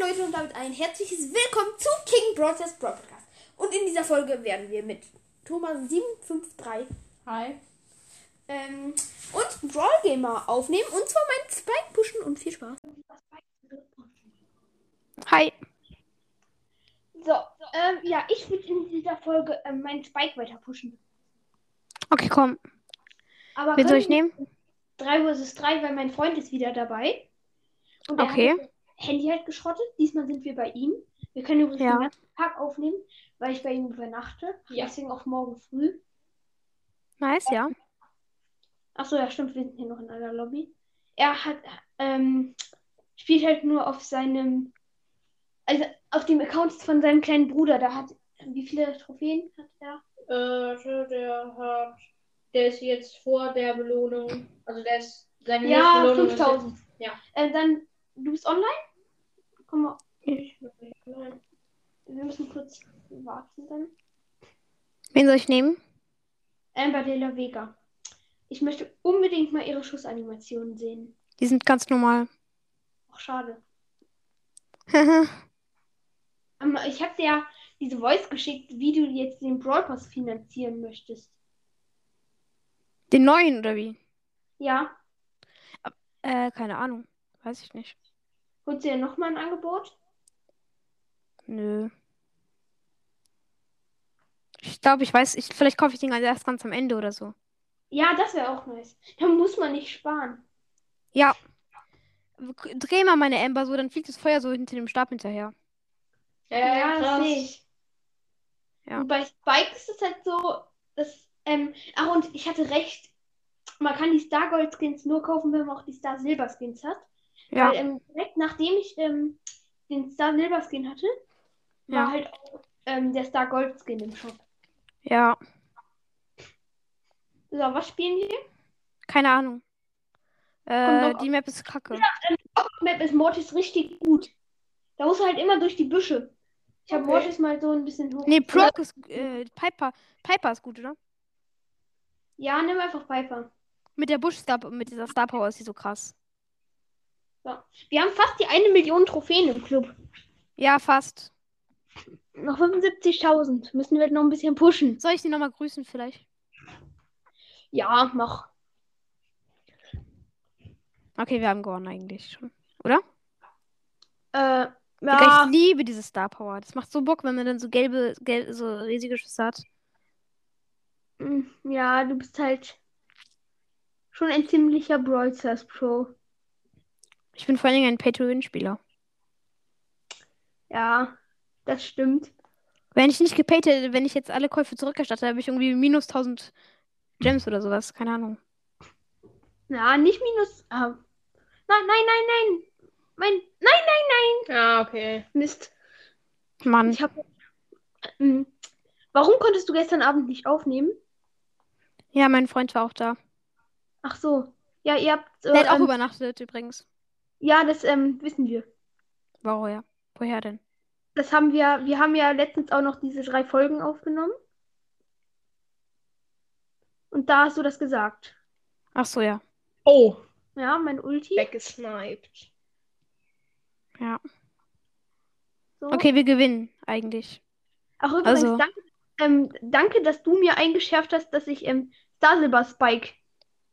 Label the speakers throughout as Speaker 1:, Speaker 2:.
Speaker 1: Leute und damit ein herzliches Willkommen zu King Broadcast Broad Podcast. Und in dieser Folge werden wir mit Thomas753
Speaker 2: Hi.
Speaker 1: ähm, und Brawl Gamer aufnehmen und zwar meinen Spike pushen und viel Spaß.
Speaker 3: Hi.
Speaker 1: So, ähm, ja, ich würde in dieser Folge ähm, meinen Spike weiter pushen.
Speaker 3: Okay, komm.
Speaker 1: Aber
Speaker 3: Wen soll ich nehmen?
Speaker 1: 3 vs 3, weil mein Freund ist wieder dabei. Und er
Speaker 3: Okay.
Speaker 1: hat das Handy halt geschrottet. Diesmal sind wir bei ihm. Wir können übrigens
Speaker 3: Ja.
Speaker 1: den ganzen Tag aufnehmen, weil ich bei ihm übernachte.
Speaker 2: Ja.
Speaker 1: Deswegen auch morgen früh.
Speaker 3: Nice, ja.
Speaker 1: Achso, ja, stimmt, wir sind hier noch in einer Lobby. Er hat, ähm, spielt halt nur auf seinem, also auf dem Account von seinem kleinen Bruder. Da hat, wie viele Trophäen hat er?
Speaker 2: Äh, der hat. Der ist jetzt vor der Belohnung. Also der ist. Seine nächste
Speaker 1: Ja,
Speaker 2: Belohnung ist
Speaker 1: 5000.
Speaker 2: Ja.
Speaker 1: Äh, dann, du bist online? Komm mal,
Speaker 2: jetzt- Nein.
Speaker 1: wir müssen kurz warten dann.
Speaker 3: Wen soll ich nehmen?
Speaker 1: Amber de la Vega. Ich möchte unbedingt mal ihre Schussanimationen sehen.
Speaker 3: Die sind ganz normal.
Speaker 1: Ach, schade.
Speaker 3: ja,
Speaker 1: Aber Ähm, ich habe dir ja diese Voice geschickt, wie du jetzt den Brawl Pass finanzieren möchtest.
Speaker 3: Den neuen oder wie?
Speaker 1: Ja,
Speaker 3: Äh, keine Ahnung. Weiß ich nicht.
Speaker 1: holst du dir nochmal ein Angebot?
Speaker 3: Nö. Ich glaube, ich weiß, ich, vielleicht kaufe ich den erst ganz am Ende oder so.
Speaker 1: Ja, das wäre auch nice. Da muss man nicht sparen.
Speaker 3: Dreh mal meine Ember so, dann fliegt das Feuer so hinter dem Stab hinterher.
Speaker 2: Ja, krass.
Speaker 1: seh ich.
Speaker 3: Ja.
Speaker 1: Und bei Spike ist es halt so, dass, ähm, ach und ich hatte recht, man kann die Star Gold Skins nur kaufen, wenn man auch die Star Silber Skins hat.
Speaker 3: Ja.
Speaker 1: Weil, ähm, direkt nachdem ich ähm, den Star Silber Skin hatte, war
Speaker 3: Ja.
Speaker 1: halt auch ähm, der Star Gold Skin im Shop.
Speaker 3: Ja.
Speaker 1: So, was spielen wir?
Speaker 3: Keine Ahnung.
Speaker 1: Kommt
Speaker 3: Äh,
Speaker 1: noch-
Speaker 3: die Map ist kacke.
Speaker 1: Map ist Mortis richtig gut. Da muss er halt immer durch die Büsche. Ich habe
Speaker 2: Okay.
Speaker 1: Mortis mal so ein bisschen hoch.
Speaker 3: Nee, Proc ist, äh, Piper. Piper ist gut, oder?
Speaker 1: Ja, nimm einfach Piper.
Speaker 3: Mit der Bush Star, mit dieser Star Power ist sie so krass.
Speaker 1: Wir haben fast die eine Million Trophäen im Club.
Speaker 3: Ja, fast.
Speaker 1: Noch 75.000. Müssen wir halt noch ein bisschen pushen.
Speaker 3: Soll ich die nochmal grüßen vielleicht?
Speaker 1: Ja, mach.
Speaker 3: Okay, wir haben gewonnen eigentlich schon.
Speaker 1: Äh,
Speaker 3: Digga,
Speaker 1: ja.
Speaker 3: ich liebe diese Star Power. Das macht so Bock, wenn man dann so gelbe, gel so riesige Schüsse hat.
Speaker 1: Mm, ja, du bist halt schon ein ziemlicher Brawl Stars Pro.
Speaker 3: Ich bin vor allen Dingen ein Pay-to-Win-Spieler.
Speaker 1: Ja, das stimmt.
Speaker 3: Wenn ich nicht gepayt hätte, wenn ich jetzt alle Käufe zurückerstatte, habe ich irgendwie minus 1000 Gems oder sowas. Keine Ahnung.
Speaker 1: Na, nicht minus. Ah. Nein, nein, nein, nein. Mein, nein,
Speaker 2: Ah, okay.
Speaker 1: Mist.
Speaker 3: Mann.
Speaker 1: Ich habe. Ähm, warum konntest du gestern Abend nicht aufnehmen?
Speaker 3: Ja, mein Freund war auch da.
Speaker 1: Ach so. Ja, ihr habt. Äh,
Speaker 3: Der hat auch
Speaker 1: ähm,
Speaker 3: übernachtet übrigens.
Speaker 1: ja, das ähm, wissen wir.
Speaker 3: Warum ja? Woher denn?
Speaker 1: Das haben wir. Wir haben ja letztens auch noch diese drei Folgen aufgenommen. Und da hast du das gesagt.
Speaker 3: Ach so, ja.
Speaker 2: Oh,
Speaker 1: Ja, mein Ulti.
Speaker 2: weggesniped.
Speaker 1: So.
Speaker 3: Okay, wir gewinnen eigentlich.
Speaker 1: Ach, übrigens,
Speaker 3: also-
Speaker 1: danke, ähm, danke, dass du mir eingeschärft hast, dass ich ähm, Star Silver Spike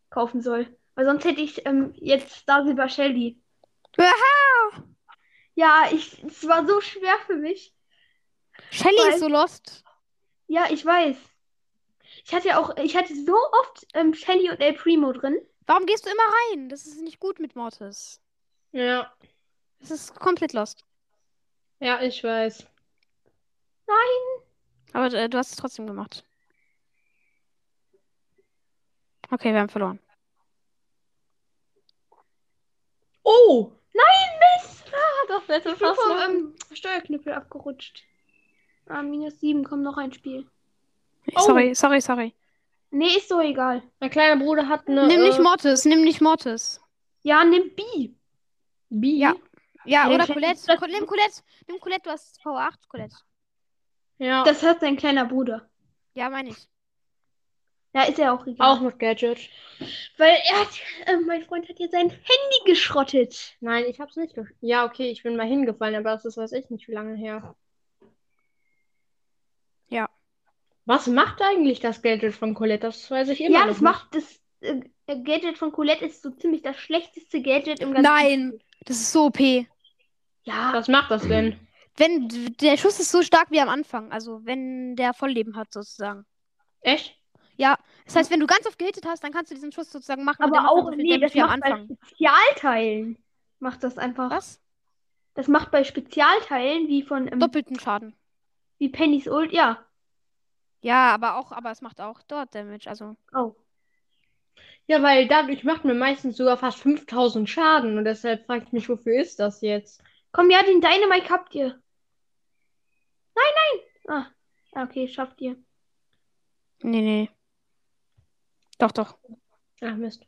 Speaker 1: kaufen soll. Weil sonst hätte ich ähm, jetzt Star Silver Shelly.
Speaker 3: Aha!
Speaker 1: Ja, ich, es war so schwer für mich.
Speaker 3: Shelly
Speaker 1: Weil-
Speaker 3: ist so lost.
Speaker 1: Ja, ich weiß. Ich hatte auch, ich hatte so oft ähm, Shelly und El Primo drin.
Speaker 3: Warum gehst du immer rein? Das ist nicht gut mit Mortis.
Speaker 2: Ja.
Speaker 3: Das ist komplett lost.
Speaker 2: Ja, ich weiß.
Speaker 3: Aber äh, du hast es trotzdem gemacht. Okay, wir haben verloren.
Speaker 2: Oh!
Speaker 1: Ah, doch, das
Speaker 2: Ich bin vom,
Speaker 1: ähm, Steuerknüppel abgerutscht. Ah, minus sieben, kommt noch ein Spiel.
Speaker 2: Oh.
Speaker 3: Sorry, sorry, sorry.
Speaker 1: Nee, ist so egal.
Speaker 2: Mein kleiner Bruder hat eine.
Speaker 3: nimm nicht
Speaker 2: äh,
Speaker 3: Mortis, nimm nicht Mortis.
Speaker 1: Ja, nimm B.
Speaker 2: Bi.
Speaker 3: Ja. Ja,
Speaker 2: Nee,
Speaker 3: oder
Speaker 2: ich-
Speaker 3: Äh, Colette.
Speaker 1: das-
Speaker 3: Co- nimm Colette. Nimm Colette, du hast Power 8, Colette.
Speaker 2: Ja.
Speaker 1: Das hat sein kleiner Bruder.
Speaker 3: Ja, meine ich.
Speaker 1: Ja, ist ja auch egal.
Speaker 3: Auch mit Gadget.
Speaker 1: Weil er hat, äh, mein Freund hat ja sein Handy geschrottet.
Speaker 3: Nein, ich hab's nicht. ge- Ja, okay, ich bin mal hingefallen, aber das ist, weiß ich nicht, wie lange her. Ja. Was macht eigentlich das Gadget von Colette? Das weiß ich immer
Speaker 1: ja,
Speaker 3: noch
Speaker 1: das macht das äh, Gadget von Colette ist so ziemlich das schlechteste Gadget im ganzen.
Speaker 3: nicht. Nein, das ist so OP.
Speaker 1: Ja,
Speaker 4: Was macht das denn?
Speaker 3: Wenn der Schuss ist so stark wie am Anfang, also wenn der Vollleben hat sozusagen.
Speaker 4: Echt?
Speaker 3: Das heißt, wenn du ganz oft gehittet hast, dann kannst du diesen Schuss sozusagen machen. und der
Speaker 1: aber
Speaker 3: macht dann
Speaker 1: auch
Speaker 3: so viel
Speaker 1: nee,
Speaker 3: Damage
Speaker 1: das
Speaker 3: wie am
Speaker 1: macht bei
Speaker 3: Anfang.
Speaker 1: Spezialteilen. Macht das einfach.
Speaker 3: Was?
Speaker 1: Das macht bei Spezialteilen wie von ähm,
Speaker 3: Doppelten Schaden.
Speaker 1: wie Pennys Ult, ja.
Speaker 3: Ja, aber auch, aber es macht auch dort Damage. Also
Speaker 1: Oh.
Speaker 4: Ja, weil dadurch macht mir meistens sogar fast 5000 Schaden und deshalb frage ich mich, wofür ist das jetzt?
Speaker 1: Komm, ja, den Dynamite habt ihr. Nein, nein. Ah, ja, okay, schafft ihr.
Speaker 3: nee, nee. Doch, doch.
Speaker 4: Ach Mist.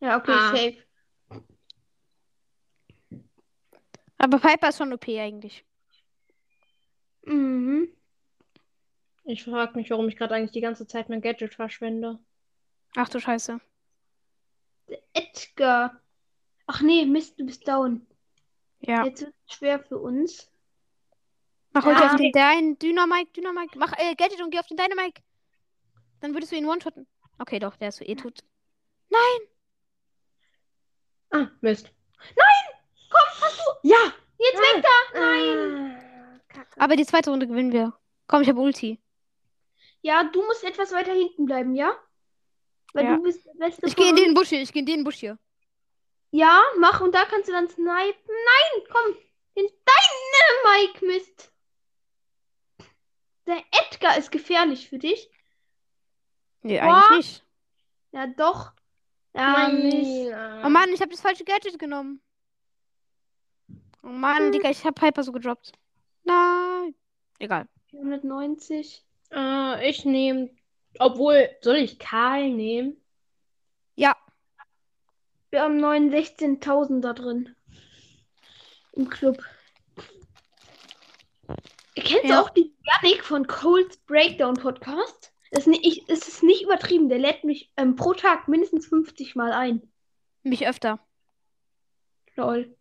Speaker 1: Ja, okay,
Speaker 4: Ah.
Speaker 1: safe.
Speaker 3: Aber Piper ist schon OP eigentlich.
Speaker 1: Mhm.
Speaker 4: Ich frage mich, warum ich gerade eigentlich die ganze Zeit mein Gadget verschwende.
Speaker 3: Ach du Scheiße.
Speaker 1: Edgar. Ach nee, Mist, du bist down.
Speaker 3: Ja.
Speaker 1: Jetzt wird es schwer für uns.
Speaker 3: Mach heute
Speaker 1: Ja.
Speaker 3: auf den Dein Dynamite, Dynamite. Mach äh, Gadget und geh auf den Dynamite. Dann würdest du ihn one-shotten. Okay, doch, der ist so eh tot.
Speaker 4: Ah, Mist. Nein! Komm, hast du. Ja!
Speaker 1: Jetzt
Speaker 4: Ah.
Speaker 1: weg da!
Speaker 4: Nein!
Speaker 1: Kacke.
Speaker 3: Aber die zweite Runde gewinnen wir. Komm, ich habe Ulti.
Speaker 1: Ja, du musst etwas weiter hinten bleiben, ja? Weil
Speaker 3: Ja.
Speaker 1: du bist der Beste
Speaker 3: Ich gehe in
Speaker 1: von uns.
Speaker 3: den Busch hier. Ich gehe in den Busch hier.
Speaker 1: Ja, mach und da kannst du dann snipen. Nein, komm. Den Dynamite, Mist. Der Edgar ist gefährlich für dich.
Speaker 3: Nee,
Speaker 1: Boah.
Speaker 3: eigentlich nicht.
Speaker 1: Ja, doch. Ja, Mist.
Speaker 3: Oh Mann, ich habe das falsche Gadget genommen. Oh Mann, Digga, ich habe Piper so gedroppt. Nein. Egal.
Speaker 1: 490.
Speaker 4: Äh, ich nehme. Obwohl, soll ich Karl nehmen?
Speaker 3: Ja,
Speaker 1: Wir haben 69.000 da drin. Im Club. Kennst
Speaker 3: Ja.
Speaker 1: du auch die Yannick von Cold's Breakdown Podcast? Das ist nicht, ich, es ist nicht übertrieben. Der lädt mich ähm, pro Tag mindestens 50 Mal ein.
Speaker 3: mich öfter.
Speaker 1: Lol.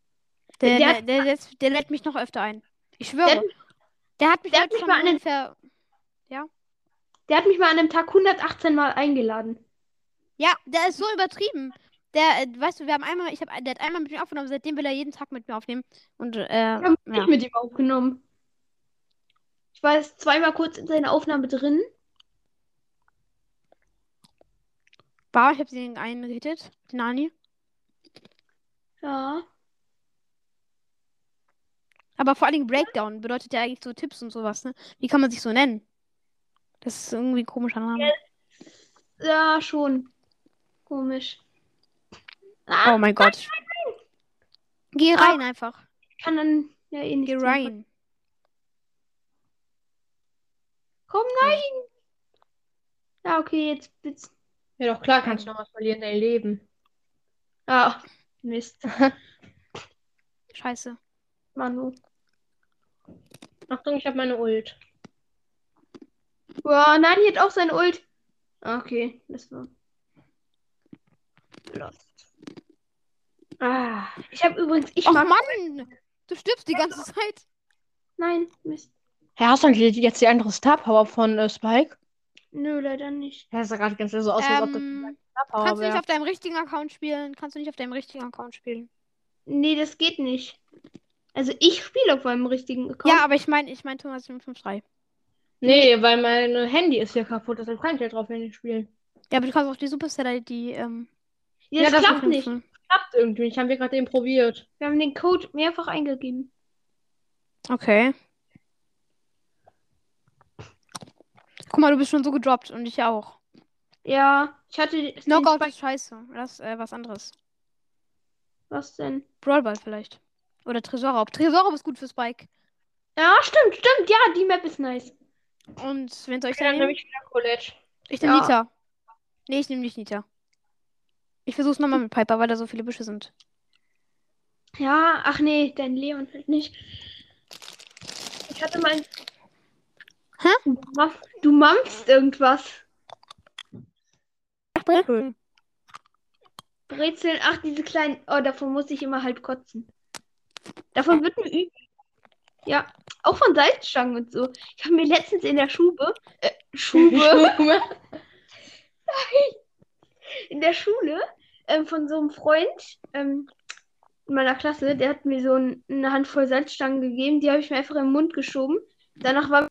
Speaker 3: Der,
Speaker 1: Der
Speaker 3: der,
Speaker 1: hat-
Speaker 3: der, lädt- der lädt mich noch öfter ein. Ich
Speaker 1: Der
Speaker 3: schwöre.
Speaker 1: hat-
Speaker 3: Der hat mich
Speaker 1: der hat
Speaker 3: heute
Speaker 1: mich
Speaker 3: schon
Speaker 1: mal an den-
Speaker 3: ungefähr.
Speaker 1: Der hat mich mal an einem Tag 118 Mal eingeladen.
Speaker 3: Ja, der ist so übertrieben. Der, äh, weißt du, wir haben einmal, ich habe, der hat einmal mit mir aufgenommen, seitdem will er jeden Tag mit mir aufnehmen. Und äh,
Speaker 1: Ich habe
Speaker 3: ja.
Speaker 1: nicht mit ihm aufgenommen. Ich war jetzt zweimal kurz in seiner Aufnahme drin.
Speaker 3: Bah, ich habe den einen gehittet, den Nani.
Speaker 1: Ja.
Speaker 3: Aber vor allen Dingen Breakdown bedeutet ja eigentlich so Tipps und sowas, ne? Wie kann man sich so nennen? Das ist irgendwie ein komischer Name.
Speaker 1: Ja, schon. Komisch. Ah,
Speaker 3: Oh mein Gott. Geh rein einfach.
Speaker 1: Ich kann dann ja eh nicht.
Speaker 3: Geh rein.
Speaker 1: Komm, nein! Ja, okay, jetzt bitte.
Speaker 4: Ja, doch klar, kannst du noch was verlieren, dein Leben.
Speaker 1: Ah, Mist.
Speaker 3: Scheiße.
Speaker 1: Manu.
Speaker 4: Achtung, ich habe meine Ult.
Speaker 1: Boah, Nani hat auch sein Ult. Ah, Okay, das war. Lost. Ah, ich habe übrigens. Ich
Speaker 3: Och
Speaker 1: mag.
Speaker 3: Mann! Du stirbst die ganze Zeit.
Speaker 1: Nein, Mist.
Speaker 4: Hä, hast du eigentlich jetzt die andere Star Power von äh, Spike?
Speaker 1: Nö, leider nicht.
Speaker 4: Ja, das sah gerade ganz so aus, als ob das
Speaker 3: Ähm,
Speaker 4: Star Power
Speaker 3: kannst du
Speaker 4: wäre.
Speaker 3: nicht auf deinem richtigen Account spielen? Kannst du nicht auf deinem richtigen Account spielen?
Speaker 1: Nee, das geht nicht. Also, ich spiele auf meinem richtigen Account.
Speaker 3: Ja, aber ich meine, ich meine Thomas 753.
Speaker 4: Nee, weil mein Handy ist hier kaputt, deshalb kann ich ja drauf nicht spielen.
Speaker 3: Ja, aber du kannst auch die Supercell, die ähm,
Speaker 1: Ja, das
Speaker 4: ja, das
Speaker 1: klappt nicht.
Speaker 3: 5.
Speaker 4: Klappt irgendwie nicht, haben wir gerade eben probiert.
Speaker 1: Wir haben den Code mehrfach eingegeben.
Speaker 3: Okay. Guck mal, du bist schon so gedroppt und ich auch.
Speaker 1: Ja, ich hatte.
Speaker 3: Knockout ist scheiße. Das ist äh, was anderes.
Speaker 1: Was denn?
Speaker 3: Brawlball vielleicht. Oder Tresorraub. Tresorraub ist gut für Spike.
Speaker 1: Ja, stimmt, stimmt. Ja, die Map ist nice.
Speaker 3: Und wen soll ich da
Speaker 4: Dann nehme
Speaker 3: nehmen?
Speaker 4: ich wieder Colette.
Speaker 3: Ich nehme
Speaker 1: ja.
Speaker 3: Nita. Nee, ich nehme nicht Nita. Ich versuch's nochmal mit Piper, weil da so viele Büsche sind.
Speaker 1: Ja, ach nee, dein Leon halt nicht. Ich hatte mal.
Speaker 3: Hä?
Speaker 1: Du mampfst irgendwas.
Speaker 3: Brezeln.
Speaker 1: Brezeln, ach, diese kleinen. Oh, davon muss ich immer halb kotzen. Davon wird mir übel. Ja, auch von Salzstangen und so. Ich habe mir letztens in der Schube, äh, Schube, in der Schule ähm, von so einem Freund ähm, in meiner Klasse, der hat mir so ein, eine Handvoll Salzstangen gegeben, die habe ich mir einfach in den Mund geschoben. Danach war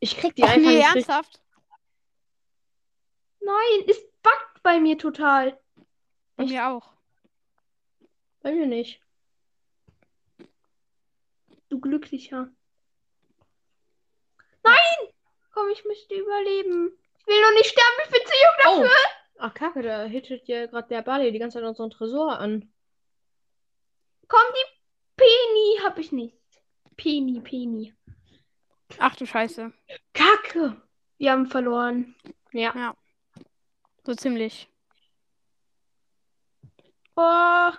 Speaker 4: Ich krieg die
Speaker 3: Ach
Speaker 4: einfach
Speaker 3: nee,
Speaker 4: nicht richtig.
Speaker 3: ernsthaft?
Speaker 1: nein, es backt bei mir total.
Speaker 3: Bei mir auch.
Speaker 4: Bei mir nicht.
Speaker 1: Du glücklicher. Nein! Komm, ich müsste überleben. Ich will noch nicht sterben, ich bin zu jung.
Speaker 4: Oh! Ach, kacke, da hittet ja gerade der Ball hier die ganze Zeit unseren Tresor an.
Speaker 1: Komm, die Penny habe ich nicht. Penny, Penny.
Speaker 3: Ach du Scheiße.
Speaker 4: Kacke!
Speaker 1: Wir haben verloren.
Speaker 4: Ja.
Speaker 3: So ziemlich.
Speaker 1: Oh.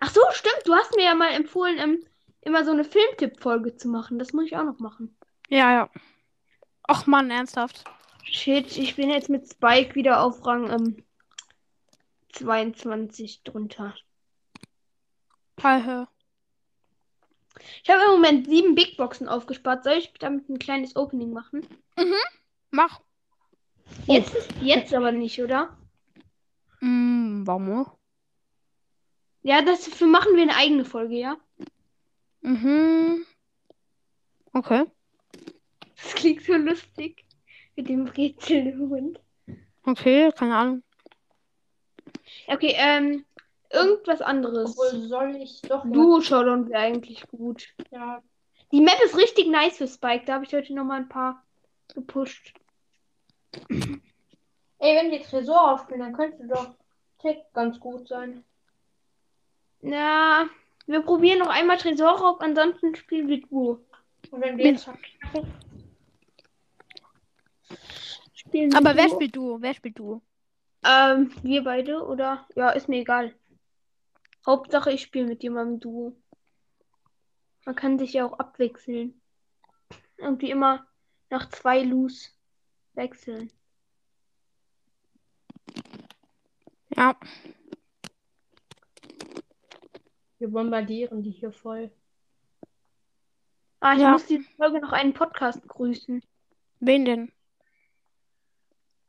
Speaker 1: Ach so, stimmt. Du hast mir ja mal empfohlen, ähm, immer so eine Filmtipp-Folge zu machen. Das muss ich auch noch machen.
Speaker 3: Ja, ja. Och Mann, ernsthaft.
Speaker 1: Shit, ich bin jetzt mit Spike wieder auf Rang ähm, 22 drunter.
Speaker 3: Palhe.
Speaker 1: Ich habe im Moment sieben Big Boxen aufgespart. Soll ich damit ein kleines Opening machen?
Speaker 3: Mach.
Speaker 1: Jetzt, jetzt aber nicht, oder?
Speaker 3: Mm, warum? auch?
Speaker 1: Ja, dafür machen wir eine eigene Folge, ja?
Speaker 3: Mhm. Okay.
Speaker 1: Das klingt so lustig. Mit dem rätselnden Hund.
Speaker 3: Okay, keine Ahnung.
Speaker 1: Okay, ähm, irgendwas anderes.
Speaker 2: Obwohl soll ich doch mal-
Speaker 1: Duo Showdown wäre eigentlich gut.
Speaker 2: Ja.
Speaker 1: Die Map ist richtig nice für Spike. Da habe ich heute nochmal ein paar gepusht.
Speaker 2: Ey, wenn wir Tresor aufspielen, dann könnte doch Tick ganz gut sein.
Speaker 1: Na, wir probieren noch einmal Tresorraub, ansonsten spielen wir Duo.
Speaker 2: Und wenn wir jetzt halt-
Speaker 1: Spielen wir
Speaker 3: Aber wer
Speaker 1: Duo.
Speaker 3: spielt du? Wer spielt du?
Speaker 1: Ähm, wir beide, oder? Ja, ist mir egal. Hauptsache, ich spiele mit jemandem Duo. Man kann sich ja auch abwechseln. Irgendwie immer nach zwei Loos wechseln.
Speaker 3: Ja.
Speaker 4: Wir bombardieren die hier voll.
Speaker 1: Ah, ich
Speaker 3: Ja.
Speaker 1: muss diese Folge noch einen Podcast grüßen.
Speaker 3: Wen denn?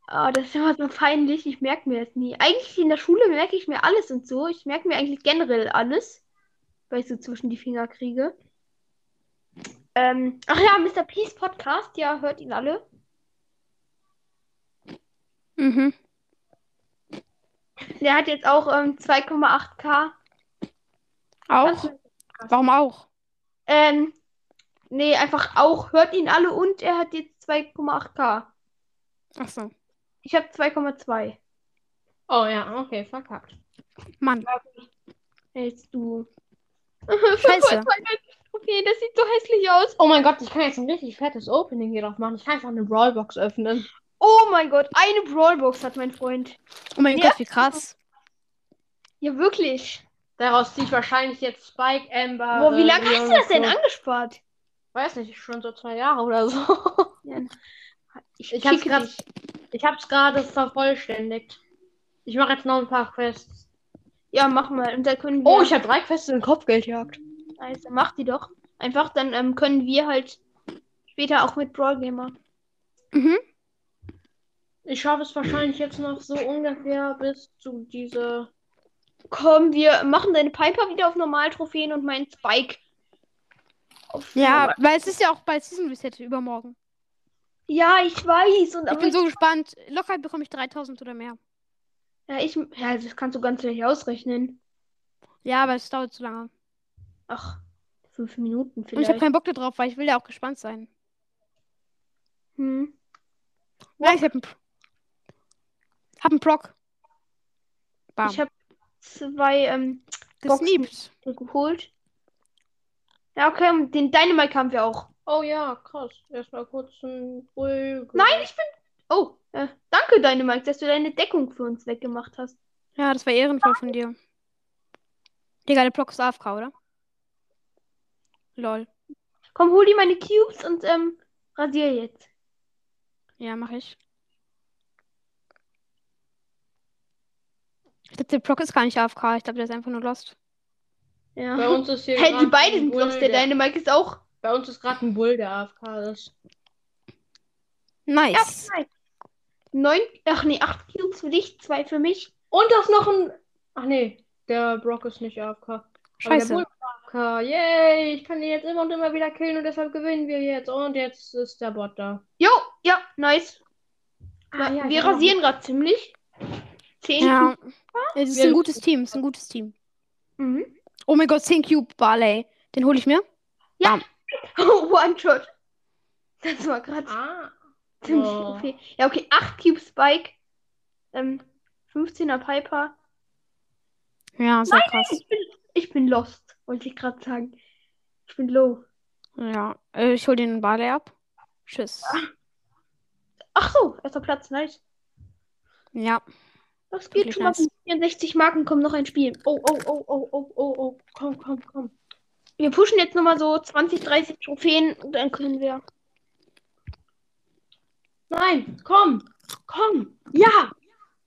Speaker 1: Ah, das ist immer so peinlich. Ich merke mir das nie. Eigentlich in der Schule merke ich mir alles und so. Ich merke mir eigentlich generell alles, weil ich so zwischen die Finger kriege. Ähm, ach ja, Mr. Peace Podcast. Ja, hört ihn alle.
Speaker 3: Mhm.
Speaker 1: Der hat jetzt auch ähm, 2,8k.
Speaker 3: Auch? Warum auch?
Speaker 1: Ähm, nee, einfach auch. Hört ihn alle und er hat jetzt 2,8k.
Speaker 3: Ach so.
Speaker 1: Ich habe 2,2.
Speaker 4: Oh ja, okay, verkackt.
Speaker 3: Mann.
Speaker 1: Jetzt du.
Speaker 3: Scheiße.
Speaker 1: Okay, das sieht so hässlich aus.
Speaker 4: Oh mein Gott, ich kann jetzt ein richtig fettes Opening hier drauf machen. Ich kann einfach eine Brawlbox öffnen.
Speaker 1: Oh mein Gott, eine Brawlbox hat mein Freund.
Speaker 3: Oh mein
Speaker 1: Ja.
Speaker 3: Gott, wie krass.
Speaker 1: Ja, wirklich.
Speaker 4: Daraus zieht wahrscheinlich jetzt Spike, Amber.
Speaker 1: Boah, wie
Speaker 4: äh,
Speaker 1: lange hast du das denn
Speaker 4: so.
Speaker 1: angespart?
Speaker 4: Weiß nicht, schon so zwei Jahre oder so.
Speaker 1: Ich,
Speaker 4: Ich hab's
Speaker 1: kicke
Speaker 4: grad-
Speaker 1: dich.
Speaker 4: Ich hab's gerade vervollständigt. Ich mache jetzt noch ein paar Quests.
Speaker 1: Ja, mach mal. Und dann können wir.
Speaker 4: Oh, ich habe drei Quests in Kopfgeldjagd.
Speaker 1: Scheiße, mach die doch. Einfach, dann ähm, können wir halt später auch mit Brawl Gamer.
Speaker 3: Mhm.
Speaker 4: Ich schaffe es wahrscheinlich jetzt noch so ungefähr bis zu diese.
Speaker 1: Komm, wir machen deine Piper wieder auf Normal-Trophäen und meinen Spike. Auf
Speaker 3: Ja,
Speaker 1: Normal-
Speaker 3: weil es ist ja auch bei Season Reset übermorgen.
Speaker 1: Ja, ich weiß. Und
Speaker 3: Ich
Speaker 1: aber
Speaker 3: bin so gespannt. Locker bekomme ich 3000 oder mehr.
Speaker 1: ja, ich, ja, das kannst du ganz leicht ausrechnen.
Speaker 3: Ja, aber es dauert zu lange.
Speaker 1: Ach, fünf Minuten
Speaker 3: Und ich habe
Speaker 1: vielleicht.
Speaker 3: keinen Bock da drauf, weil ich will ja auch gespannt sein.
Speaker 1: Hm.
Speaker 3: Ja, ich habe einen, Pro- hab einen Proc. Bam.
Speaker 1: Ich habe zwei ähm, Boxen.
Speaker 3: gesneept.
Speaker 1: geholt. Ja, okay, und den Dynamite haben wir auch.
Speaker 4: Oh ja, krass. Erstmal kurz ein ruhiges.
Speaker 1: Nein, ich bin. Oh, äh, danke, Dynamite, dass du deine Deckung für uns weggemacht hast.
Speaker 3: Ja, das war ehrenvoll von dir. Digga, der Proc ist AFK, oder? Lol.
Speaker 1: Komm, hol dir meine Cubes und ähm, rasier jetzt.
Speaker 3: Ja, mache ich. Ich glaube, der Brock ist gar nicht AFK. Ich glaube, der ist einfach nur lost.
Speaker 1: Ja.
Speaker 2: Bei uns ist hier.
Speaker 1: Hey, die
Speaker 2: grad
Speaker 1: beiden
Speaker 2: ein
Speaker 1: sind
Speaker 2: Bull,
Speaker 1: los. Der Dynamite ist auch.
Speaker 2: Bei uns ist gerade ein Bull, der AFK ist.
Speaker 3: Nice.
Speaker 1: Ja, nein. Neun, ach nee, acht Cubes für dich, zwei für mich.
Speaker 2: Und das noch ein.
Speaker 4: Ach nee, der Brock ist nicht AFK.
Speaker 3: Scheiße.
Speaker 4: Aber der Bull ist AFK. Yay, ich kann den jetzt immer und immer wieder killen und deshalb gewinnen wir jetzt. Und jetzt ist der Bot da.
Speaker 1: Jo, ja, nice.
Speaker 4: Ah, ja,
Speaker 1: Wir
Speaker 4: genau.
Speaker 1: rasieren gerade ziemlich. Zehn
Speaker 3: ja. Es ist
Speaker 4: Wir-
Speaker 3: ein gutes Team. Es ist ein gutes Team.
Speaker 1: Cubes. Mhm.
Speaker 3: Oh mein Gott, 10 Cube Barley. Den hole ich mir.
Speaker 1: One shot. Das war gerade
Speaker 2: Ah.
Speaker 1: ziemlich
Speaker 2: Oh.
Speaker 1: okay. Ja, okay, acht Cube Spike. Ähm, 15er Piper.
Speaker 3: Ja, sehr krass.
Speaker 1: Ich bin, ich bin lost, wollte ich gerade sagen. Ich bin low.
Speaker 3: Ja. Äh, Ich hole den Barley ab. Tschüss.
Speaker 1: Ach so, erster Platz, nice.
Speaker 3: Ja.
Speaker 1: Das geht
Speaker 3: Wirklich
Speaker 1: schon mal
Speaker 3: nice.
Speaker 1: 64 Marken, kommt noch ein Spiel.
Speaker 2: Oh, oh, oh, oh, oh, oh, oh. Komm, komm, komm.
Speaker 1: Wir pushen jetzt nochmal so 20, 30 Trophäen und dann können wir.
Speaker 2: Nein, komm. Komm. Ja.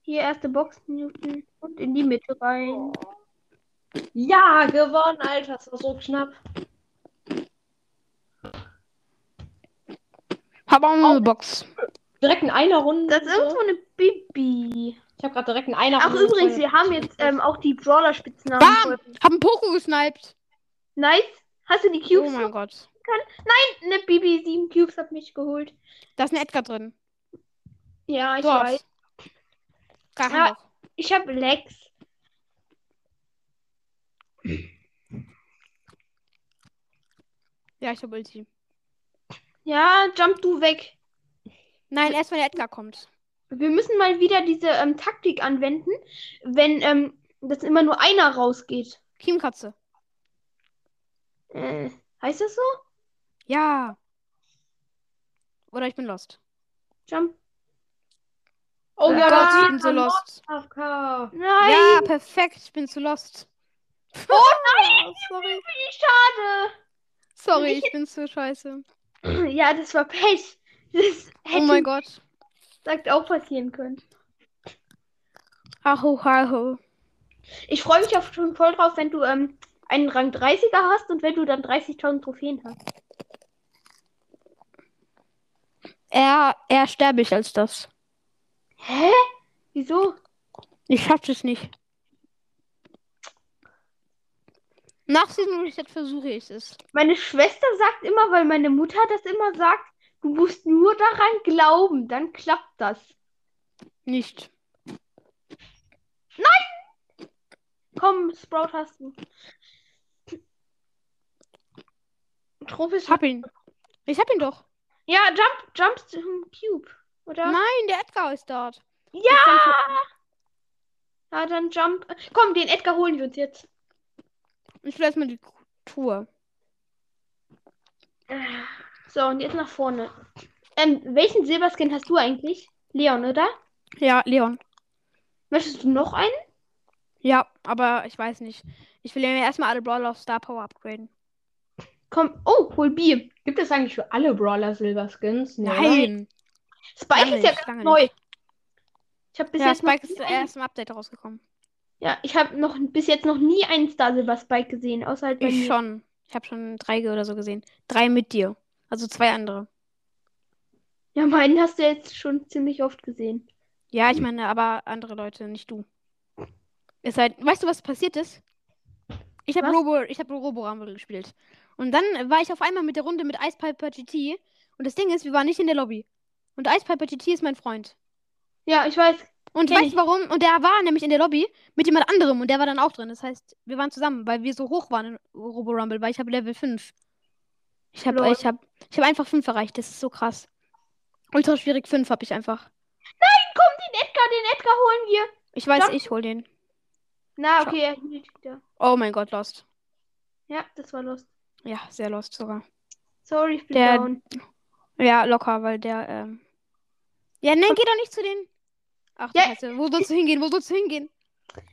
Speaker 1: Hier erste Box Newton und in die Mitte rein.
Speaker 4: Ja, gewonnen, Alter. Das war so knapp.
Speaker 3: Hab auch eine Box.
Speaker 4: Direkt in einer Runde.
Speaker 1: Das ist irgendwo eine Bibi.
Speaker 4: Ich habe gerade direkt in einer
Speaker 1: Ach
Speaker 4: Runde.
Speaker 1: übrigens, wir haben jetzt ähm, auch die Brawler-Spitznamen.
Speaker 3: Bam!
Speaker 1: voll.
Speaker 3: Hab einen Poco gesniped.
Speaker 1: Nice. Hast du die
Speaker 3: Oh
Speaker 1: Cubes?
Speaker 3: mein Gott.
Speaker 1: eine Bibi, sieben Cubes hat mich geholt.
Speaker 3: Da ist ein Edgar drin.
Speaker 1: Ja, ich
Speaker 3: Dort.
Speaker 1: weiß.
Speaker 3: Gar kein
Speaker 1: Ja.
Speaker 3: Bock.
Speaker 1: Ich habe Lex.
Speaker 3: Ja, ich habe Ulti.
Speaker 1: Ja, jump du weg.
Speaker 3: Nein, erst wenn der Edgar kommt.
Speaker 1: Wir müssen mal wieder diese ähm, Taktik anwenden, wenn ähm, das immer nur einer rausgeht.
Speaker 3: Kiemkatze.
Speaker 1: Äh, heißt das so?
Speaker 3: Ja. Oder ich bin lost.
Speaker 1: Jump.
Speaker 4: Oh
Speaker 3: Oh
Speaker 4: ja,
Speaker 3: Gott,
Speaker 4: das
Speaker 3: ich bin so lost.
Speaker 4: AFK.
Speaker 1: Nein,
Speaker 3: Ja, perfekt. Ich bin so lost. Oh nein! Sorry. Sorry, ich bin so scheiße.
Speaker 1: schade. Ja, das war Pech. Das
Speaker 3: Oh
Speaker 1: hätte,
Speaker 3: mein Gott.
Speaker 1: sagt, auch passieren können.
Speaker 3: Aho, aho.
Speaker 1: Ich freue mich auch schon voll drauf, wenn du ähm, einen Rang 30er hast und wenn du dann 30.000 Trophäen hast.
Speaker 3: Eher, eher sterbe ich als das.
Speaker 1: Hä? Wieso?
Speaker 3: Ich schaff's es nicht. Nach Season Reset versuche ich es.
Speaker 1: Meine Schwester sagt immer, weil meine Mutter das immer sagt, du musst nur daran glauben, dann klappt das.
Speaker 3: Nicht.
Speaker 1: Komm, Sprout hast du. Trophäe.
Speaker 3: Ich hab ihn. Ich hab ihn doch.
Speaker 1: Ja, Jump, Jump zum Cube, oder?
Speaker 3: Nein, der Edgar ist dort.
Speaker 1: Ja! Ja, dann Jump. Komm, den Edgar holen wir uns jetzt.
Speaker 3: Ich will erstmal die Tour.
Speaker 1: So, und jetzt nach vorne. Ähm, welchen Silberskin hast du eigentlich? Leon, oder?
Speaker 3: Ja, Leon.
Speaker 1: Möchtest du noch einen?
Speaker 3: Ja, aber ich weiß nicht. Ich will ja erstmal alle Brawler auf Star Power upgraden.
Speaker 1: Komm, oh, hol B.
Speaker 4: Gibt es eigentlich für alle Brawler Silberskins? Nee, oder?
Speaker 3: Nein.
Speaker 1: Spike
Speaker 3: Lange
Speaker 1: ist ja
Speaker 3: nicht,
Speaker 1: ganz
Speaker 3: lange
Speaker 1: neu. Ich habe bis
Speaker 3: ja,
Speaker 1: jetzt noch
Speaker 3: Spike ist
Speaker 1: nie
Speaker 3: erst im Update rausgekommen.
Speaker 1: ja, ich habe noch bis jetzt noch nie einen Star Silver Spike gesehen, außer halt bei
Speaker 3: Ich
Speaker 1: mir.
Speaker 3: schon. Ich habe schon drei ge- oder so gesehen. Drei mit dir. Also zwei andere.
Speaker 1: Ja, meinen hast du jetzt schon ziemlich oft gesehen.
Speaker 3: Ja,
Speaker 1: Hm.
Speaker 3: ich meine, aber andere Leute, nicht du. Ist halt, weißt du, was passiert ist? Ich habe
Speaker 1: Was?
Speaker 3: Robo, ich habe Robo Rumble gespielt. Und dann war ich auf einmal mit der Runde mit Ice Piper GT. Und das Ding ist, wir waren nicht in der Lobby. Und Ice Piper GT ist mein Freund.
Speaker 1: Ja, ich weiß.
Speaker 3: Und
Speaker 1: Kenn
Speaker 3: weißt du warum? Und der war nämlich in der Lobby mit jemand anderem und der war dann auch drin. Das heißt, wir waren zusammen, weil wir so hoch waren in Robo Rumble, weil ich habe Level 5. Ich habe
Speaker 1: Lol.
Speaker 3: ich habe ich habe einfach 5 erreicht. Das ist so krass. Ultra schwierig 5 habe ich einfach.
Speaker 1: Edgar, den Edgar holen wir.
Speaker 3: Ich weiß,
Speaker 1: Ja.
Speaker 3: ich hol den.
Speaker 1: Na,
Speaker 3: Schau.
Speaker 1: okay, er hielt wieder.
Speaker 3: Oh mein Gott, lost.
Speaker 1: Ja, das war lost.
Speaker 3: Ja, sehr lost sogar.
Speaker 1: Sorry, ich bin
Speaker 3: Der-
Speaker 1: down.
Speaker 3: Ja, locker, weil der ähm Ja, nein, geh doch nicht zu den. Ach, du
Speaker 1: Ja.
Speaker 3: Scheiße, wo sollst du hingehen? Wo sollst du hingehen?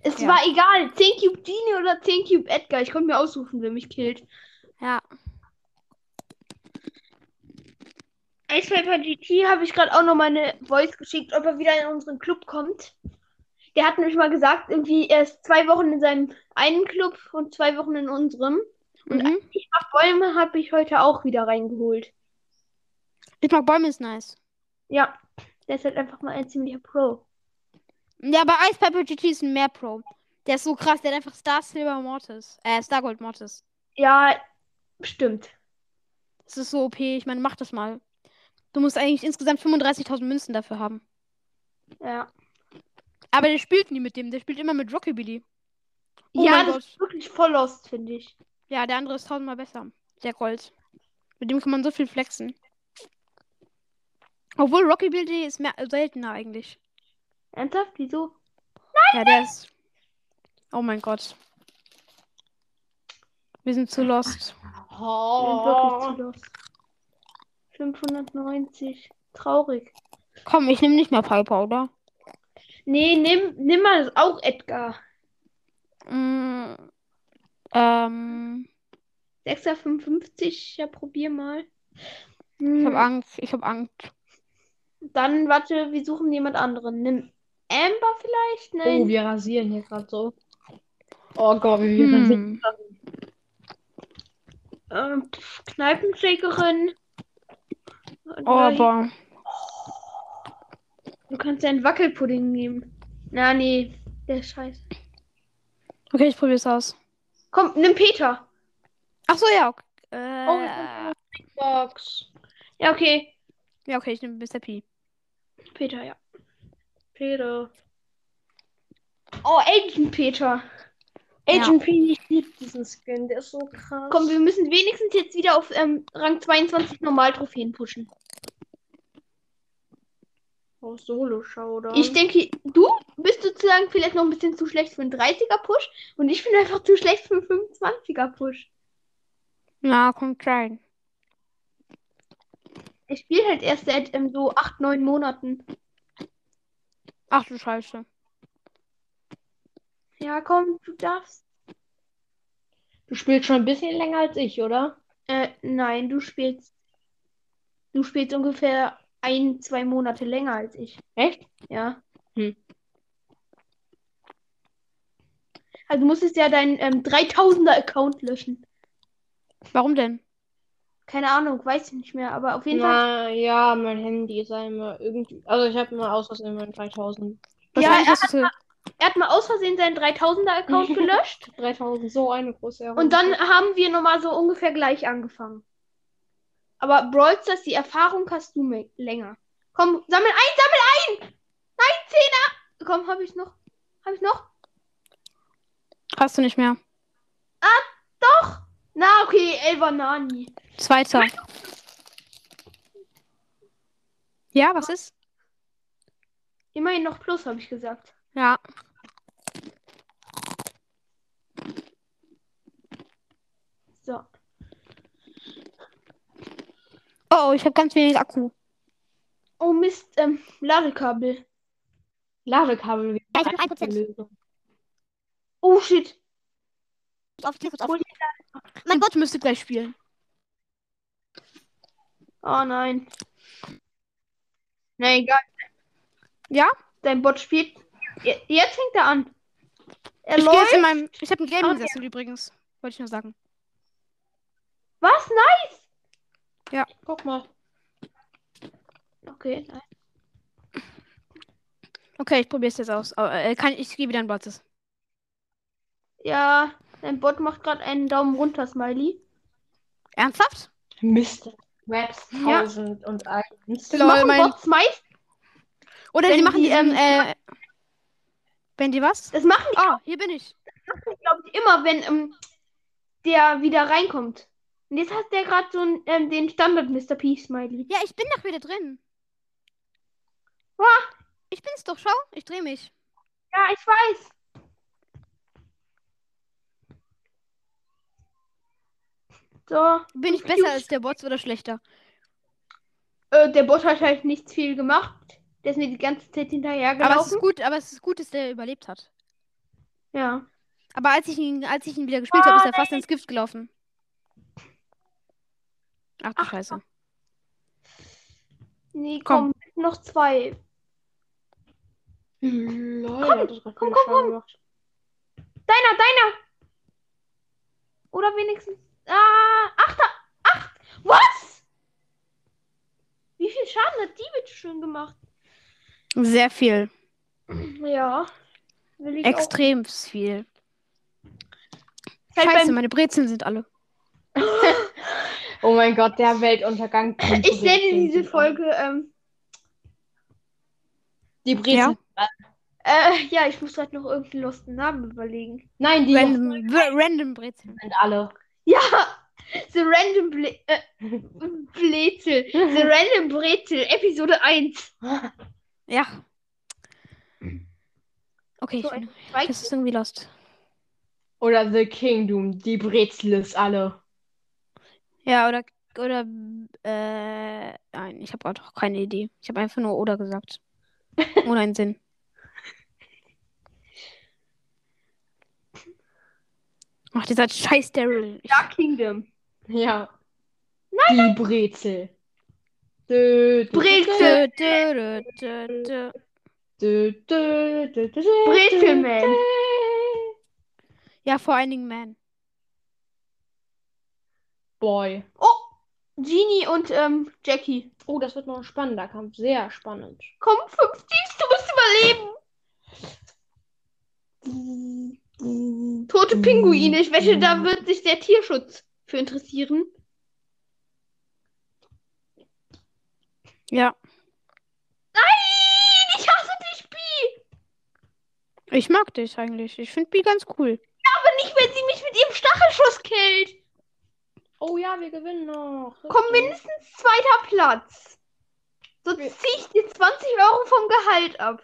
Speaker 1: Es
Speaker 3: Ja.
Speaker 1: war egal. 10 Cube Genie oder 10 Cube Edgar. Ich konnte mir aussuchen, wer mich killt.
Speaker 3: Ja.
Speaker 1: Ice Paper GT habe ich gerade auch noch mal eine Voice geschickt, ob er wieder in unseren Club kommt. Der hat nämlich mal gesagt, irgendwie, er ist zwei Wochen in seinem einen Club und zwei Wochen in unserem. Und
Speaker 3: Mhm.
Speaker 1: ich mach Bäume habe ich heute auch wieder reingeholt.
Speaker 3: Ich mag Bäume, ist nice.
Speaker 1: Ja, der ist halt einfach mal ein ziemlicher Pro.
Speaker 3: Ja, bei Ice Piper GT ist ein mehr Pro. Der ist so krass, der hat einfach Star Silver Mortis. Äh, Star Gold Mortis.
Speaker 1: Ja, stimmt.
Speaker 3: Das ist so OP. Ich meine, mach das mal. Du musst eigentlich insgesamt 35.000 Münzen dafür haben.
Speaker 1: Ja,
Speaker 3: Aber der spielt nie mit dem. Der spielt immer mit Rockabilly. Oh
Speaker 1: ja
Speaker 3: mein
Speaker 1: das
Speaker 3: Gott.
Speaker 1: ist wirklich voll lost, finde ich.
Speaker 3: Ja, der andere ist tausendmal besser. Der Gold. Mit dem kann man so viel flexen. Obwohl Rockabilly ist mehr äh, seltener eigentlich.
Speaker 1: Ernsthaft? Wieso?
Speaker 3: Ja, der ist. Oh mein Gott. Wir sind zu lost.
Speaker 1: Wir sind
Speaker 4: Oh.
Speaker 1: wirklich zu lost. 590. Traurig.
Speaker 3: Komm, ich nehme nicht mehr Piper, oder?
Speaker 1: Nee, nimm, nimm mal das auch Edgar.
Speaker 3: Mm, ähm,
Speaker 1: 655, ja, probier mal.
Speaker 3: ich
Speaker 1: Hm,
Speaker 3: habe Angst, ich habe Angst.
Speaker 1: Dann warte, wir suchen jemand anderen. Nimm Amber vielleicht? Nein.
Speaker 4: Oh, wir rasieren hier gerade so. Oh Gott, wie wir rasieren.
Speaker 3: Hm.
Speaker 1: Ähm, pf, Kneipenschlägerin.
Speaker 3: Oh,
Speaker 1: Nein,
Speaker 3: aber
Speaker 1: Du kannst ja einen Wackelpudding nehmen. Na, nee, der ist scheiße.
Speaker 3: okay, ich probiere es aus.
Speaker 1: Komm, nimm Peter.
Speaker 3: Ach so, ja. Okay.
Speaker 1: Oh,
Speaker 3: Äh,
Speaker 2: Box.
Speaker 1: Ja, okay.
Speaker 3: ja, okay, ich nehme Mr. P.
Speaker 1: Peter, ja.
Speaker 2: Peter.
Speaker 1: Oh, Agent Peter.
Speaker 2: Agent P, ich liebe diesen Skin, der ist so krass.
Speaker 1: Komm, wir müssen wenigstens jetzt wieder auf ähm, Rang 22 Normal-Trophäen pushen.
Speaker 2: Oh, Solo-Showdown.
Speaker 1: Ich denke, du bist sozusagen vielleicht noch ein bisschen zu schlecht für einen 30er-Push und ich bin einfach zu schlecht für einen 25er-Push.
Speaker 3: Na, kommt rein.
Speaker 1: Ich spiele halt erst seit ähm, so 8, 9 Monaten.
Speaker 3: Ach du Scheiße.
Speaker 1: Ja, komm, du darfst.
Speaker 4: Du spielst schon ein bisschen länger als ich, oder?
Speaker 1: Äh, nein, du spielst. Du spielst ungefähr ein, zwei Monate länger als ich.
Speaker 4: Echt?
Speaker 1: Ja.
Speaker 4: Hm.
Speaker 1: Also du musstest ja deinen ähm, 3000er-Account löschen.
Speaker 3: Warum denn?
Speaker 1: Keine Ahnung, weiß ich nicht mehr, aber auf jeden Fall.
Speaker 4: Na ja, mein Handy ist einmal irgendwie. Also ich habe immer aus Versehen mein 3000.
Speaker 1: Ja,
Speaker 3: Wahrscheinlich hast du zu-
Speaker 1: Er hat mal aus Versehen seinen 3000er-Account gelöscht.
Speaker 4: 3000, so eine große Errungenschaft.
Speaker 1: Und dann haben wir nochmal so ungefähr gleich angefangen. Aber Brawl Stars, die Erfahrung hast du me- länger. Komm, sammel ein, sammel ein! Nein, Zehner! Komm, hab ich noch. Hab ich noch?
Speaker 3: hast du nicht mehr.
Speaker 1: Doch! Na, okay, Elva Nani.
Speaker 3: Zweiter. Ja, was ist?
Speaker 1: Immerhin noch Plus, habe ich gesagt.
Speaker 3: Ja.
Speaker 1: So.
Speaker 3: Oh, oh ich habe ganz wenig Akku.
Speaker 1: Oh Mist, ähm, Ladekabel.
Speaker 4: Ladekabel. wie
Speaker 3: Ja, ich hab noch 1%.
Speaker 4: Lösung.
Speaker 1: Oh shit.
Speaker 3: Auf, Mein Gott, müsste gleich spielen.
Speaker 1: Oh nein. Na egal.
Speaker 3: Ja?
Speaker 1: Dein Bot spielt. Je- Jetzt fängt er an. Er
Speaker 3: Ich gehe jetzt
Speaker 1: läuft.
Speaker 3: in meinem. Ich habe einen
Speaker 1: Ah,
Speaker 3: Gaming-Sessel übrigens. Wollte ich nur sagen.
Speaker 1: Was? Nein!
Speaker 4: Guck mal.
Speaker 1: Okay, nein.
Speaker 3: Okay, ich probiere es jetzt aus. Aber, äh, kann, ich gehe wieder in Botzes.
Speaker 1: Ja, dein Bot macht gerade einen Daumen runter, Smiley.
Speaker 3: Ernsthaft?
Speaker 4: Mist. Maps
Speaker 1: Ja.
Speaker 4: 1001.
Speaker 3: Lol,
Speaker 1: Machen
Speaker 3: mein-
Speaker 1: Bots meist,
Speaker 3: Oder
Speaker 1: Wenn
Speaker 3: sie machen
Speaker 1: die,
Speaker 3: diesen,
Speaker 1: ähm,
Speaker 3: äh, Wenn die was?
Speaker 1: das machen
Speaker 3: Oh, hier bin ich.
Speaker 1: die, glaube ich, immer, wenn ähm, der wieder reinkommt. Und jetzt hat der gerade so einen, ähm, den Standard Mr. P Smiley.
Speaker 3: Ja, ich bin doch wieder drin.
Speaker 1: Ah.
Speaker 3: Ich bin's doch, schau. Ich drehe mich.
Speaker 1: Ja, ich weiß. So,
Speaker 3: Bin ich besser als der Bots oder schlechter?
Speaker 1: äh, der Bot hat halt nichts viel gemacht. Der ist mir die ganze Zeit
Speaker 3: Aber es
Speaker 1: hinterhergelaufen.
Speaker 3: ist gut, aber es ist gut, dass der überlebt hat.
Speaker 1: Ja.
Speaker 3: Aber als ich ihn, als ich ihn wieder gespielt habe, ist
Speaker 1: Ah,
Speaker 3: er fast ins Gift gelaufen. Ach du Scheiße.
Speaker 1: Nee, komm,
Speaker 3: Komm.
Speaker 1: noch zwei.
Speaker 4: Lol, Genau. komm, das komm,
Speaker 1: komm,
Speaker 4: komm,
Speaker 1: komm,
Speaker 4: komm.
Speaker 1: Deiner, deiner! Oder wenigstens. Ah, achter! Acht! Was? Wie viel Schaden hat die bitte schon gemacht?
Speaker 3: Sehr viel.
Speaker 1: Ja. Will ich auch.
Speaker 3: Extrem viel.
Speaker 1: Fällt
Speaker 3: Scheiße,
Speaker 1: beim-
Speaker 3: meine Brezeln sind alle.
Speaker 4: Oh mein Gott, der Weltuntergang. kommt
Speaker 1: ich
Speaker 4: zu den
Speaker 1: nenne diese
Speaker 4: Zinsen.
Speaker 1: Folge. Ähm,
Speaker 4: Die Brezel.
Speaker 3: Ja.
Speaker 1: äh, ja, ich muss gerade noch irgendeinen losten Namen überlegen.
Speaker 4: Nein, die sind
Speaker 3: Random, w- random Brezeln.
Speaker 4: alle.
Speaker 1: Ja! The Random Ble äh, Brezel. The Random Brezel, Episode 1.
Speaker 3: Ja. Okay,
Speaker 1: So
Speaker 3: ich bin,
Speaker 1: Weiß
Speaker 3: das ist irgendwie lost.
Speaker 4: Oder The Kingdom. Die Brezel ist alle.
Speaker 3: Ja, oder, oder, äh, nein, ich habe gerade auch keine Idee. Ich habe einfach nur oder gesagt. Ohne einen Sinn. Ach, dieser scheiß Daryl. Ich,
Speaker 1: Dark Kingdom.
Speaker 4: Ja. Nein, die Brezel. Dö, dö,
Speaker 1: Brezel.
Speaker 3: dö, dö, dö, dö, dö.
Speaker 4: dö, dö, dö, dö, dö,
Speaker 1: Brezelman.
Speaker 3: Ja, vor allen Dingen Man.
Speaker 4: Boy.
Speaker 1: Genie und ähm, Jackie.
Speaker 4: Oh, das wird noch ein spannender Kampf. Sehr spannend.
Speaker 1: Komm, fünf Teams, du musst überleben. Tote Pinguine. Ich wette, da wird sich der Tierschutz für interessieren.
Speaker 3: Ja.
Speaker 1: Ich hasse dich, Bi.
Speaker 3: Ich mag dich eigentlich. Ich finde Bi ganz cool.
Speaker 1: Aber nicht, wenn sie mich mit ihrem Stachelschuss killt.
Speaker 4: Oh ja, wir gewinnen noch.
Speaker 1: Komm, mindestens zweiter Platz. Sonst ziehe ich dir 20 Euro vom Gehalt ab.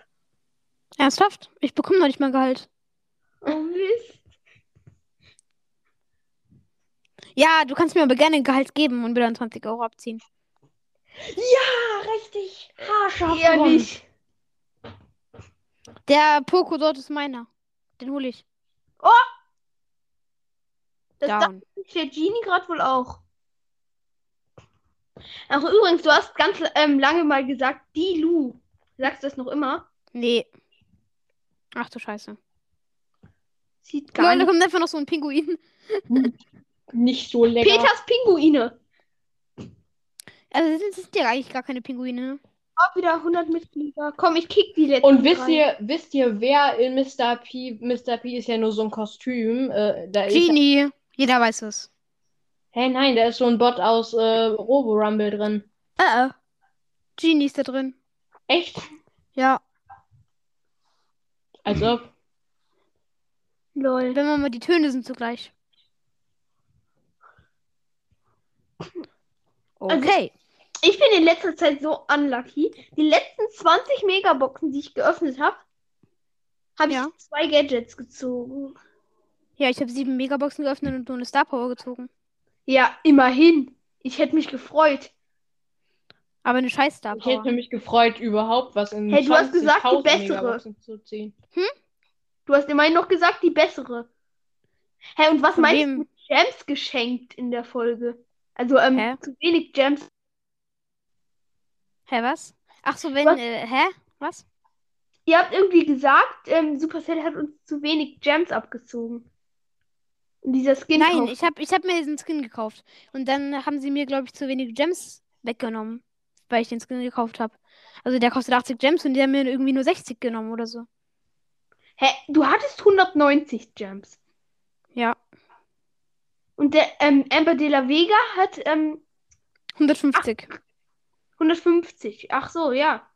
Speaker 3: Ernsthaft? Ich bekomme noch nicht mal Gehalt.
Speaker 1: Oh Mist.
Speaker 3: Ja, du kannst mir aber gerne ein Gehalt geben und mir dann 20 Euro abziehen.
Speaker 4: Ja, richtig. Haarscharf gewonnen.
Speaker 1: Ah, Ehrlich.
Speaker 3: Der Poco dort ist meiner. Den hole ich.
Speaker 1: Das darf
Speaker 3: Down.
Speaker 1: sich der Genie gerade wohl auch. Ach, übrigens, du hast ganz ähm, lange mal gesagt, die Lu. Sagst du das noch immer?
Speaker 3: Nee. Ach du Scheiße.
Speaker 1: Sieht gar
Speaker 3: Leute, da
Speaker 1: nicht.
Speaker 3: kommt einfach noch so ein Pinguin.
Speaker 4: Nicht so lecker.
Speaker 1: Peters Pinguine.
Speaker 3: Also das sind ja eigentlich gar keine Pinguine. ne?
Speaker 1: Auch wieder 100 Mitglieder. Komm, ich kick die letzten.
Speaker 4: Und wisst
Speaker 1: drei.
Speaker 4: ihr, wisst ihr, wer in Mr. P. Mr. P ist ja nur so ein Kostüm. Äh, da ist.
Speaker 3: Genie. Jeder weiß es.
Speaker 4: Hey, nein, da ist so ein Bot aus äh, Robo Rumble drin.
Speaker 3: Äh, äh. Genie ist da drin.
Speaker 4: Echt?
Speaker 3: Ja.
Speaker 4: Als ob.
Speaker 1: Lol.
Speaker 3: Wenn man mal die Töne sind zugleich. Okay.
Speaker 1: Ich bin in letzter Zeit so unlucky. Die letzten 20 Megaboxen, die ich geöffnet habe, habe
Speaker 3: Ja.
Speaker 1: ich zwei Gadgets gezogen.
Speaker 3: Ja, ich habe sieben Megaboxen geöffnet und nur eine Star Power gezogen.
Speaker 1: Ja, immerhin. Ich hätte mich gefreut.
Speaker 3: Aber eine scheiß Star
Speaker 4: Ich hätte
Speaker 3: Power.
Speaker 4: mich gefreut, überhaupt was in
Speaker 1: Hey, du hast gesagt, die
Speaker 4: 20.000
Speaker 1: bessere.
Speaker 4: Megaboxen zu ziehen.
Speaker 1: Du hast immerhin noch gesagt, die bessere. Hä, und was
Speaker 3: Von
Speaker 1: meinst
Speaker 3: wem?
Speaker 1: du mit Gems geschenkt in der Folge? Also, ähm,
Speaker 3: Hä?
Speaker 1: zu wenig Gems.
Speaker 3: Hä, was? Ach so, wenn.
Speaker 1: Was?
Speaker 3: Äh, hä? Was?
Speaker 1: Ihr habt irgendwie gesagt, ähm, Supercell hat uns zu wenig Gems abgezogen. Und dieser Skin.
Speaker 3: Nein, ich habe ich hab mir diesen Skin gekauft. Und dann haben sie mir, glaube ich, zu wenig Gems weggenommen, weil ich den Skin gekauft habe. Also der kostet 80 Gems und die haben mir irgendwie nur 60 genommen oder so.
Speaker 1: Hä, du hattest 190 Gems.
Speaker 3: Ja,
Speaker 1: Und der, ähm, Amber de la Vega hat, ähm,
Speaker 3: 150.
Speaker 1: 150. Ach so, ja.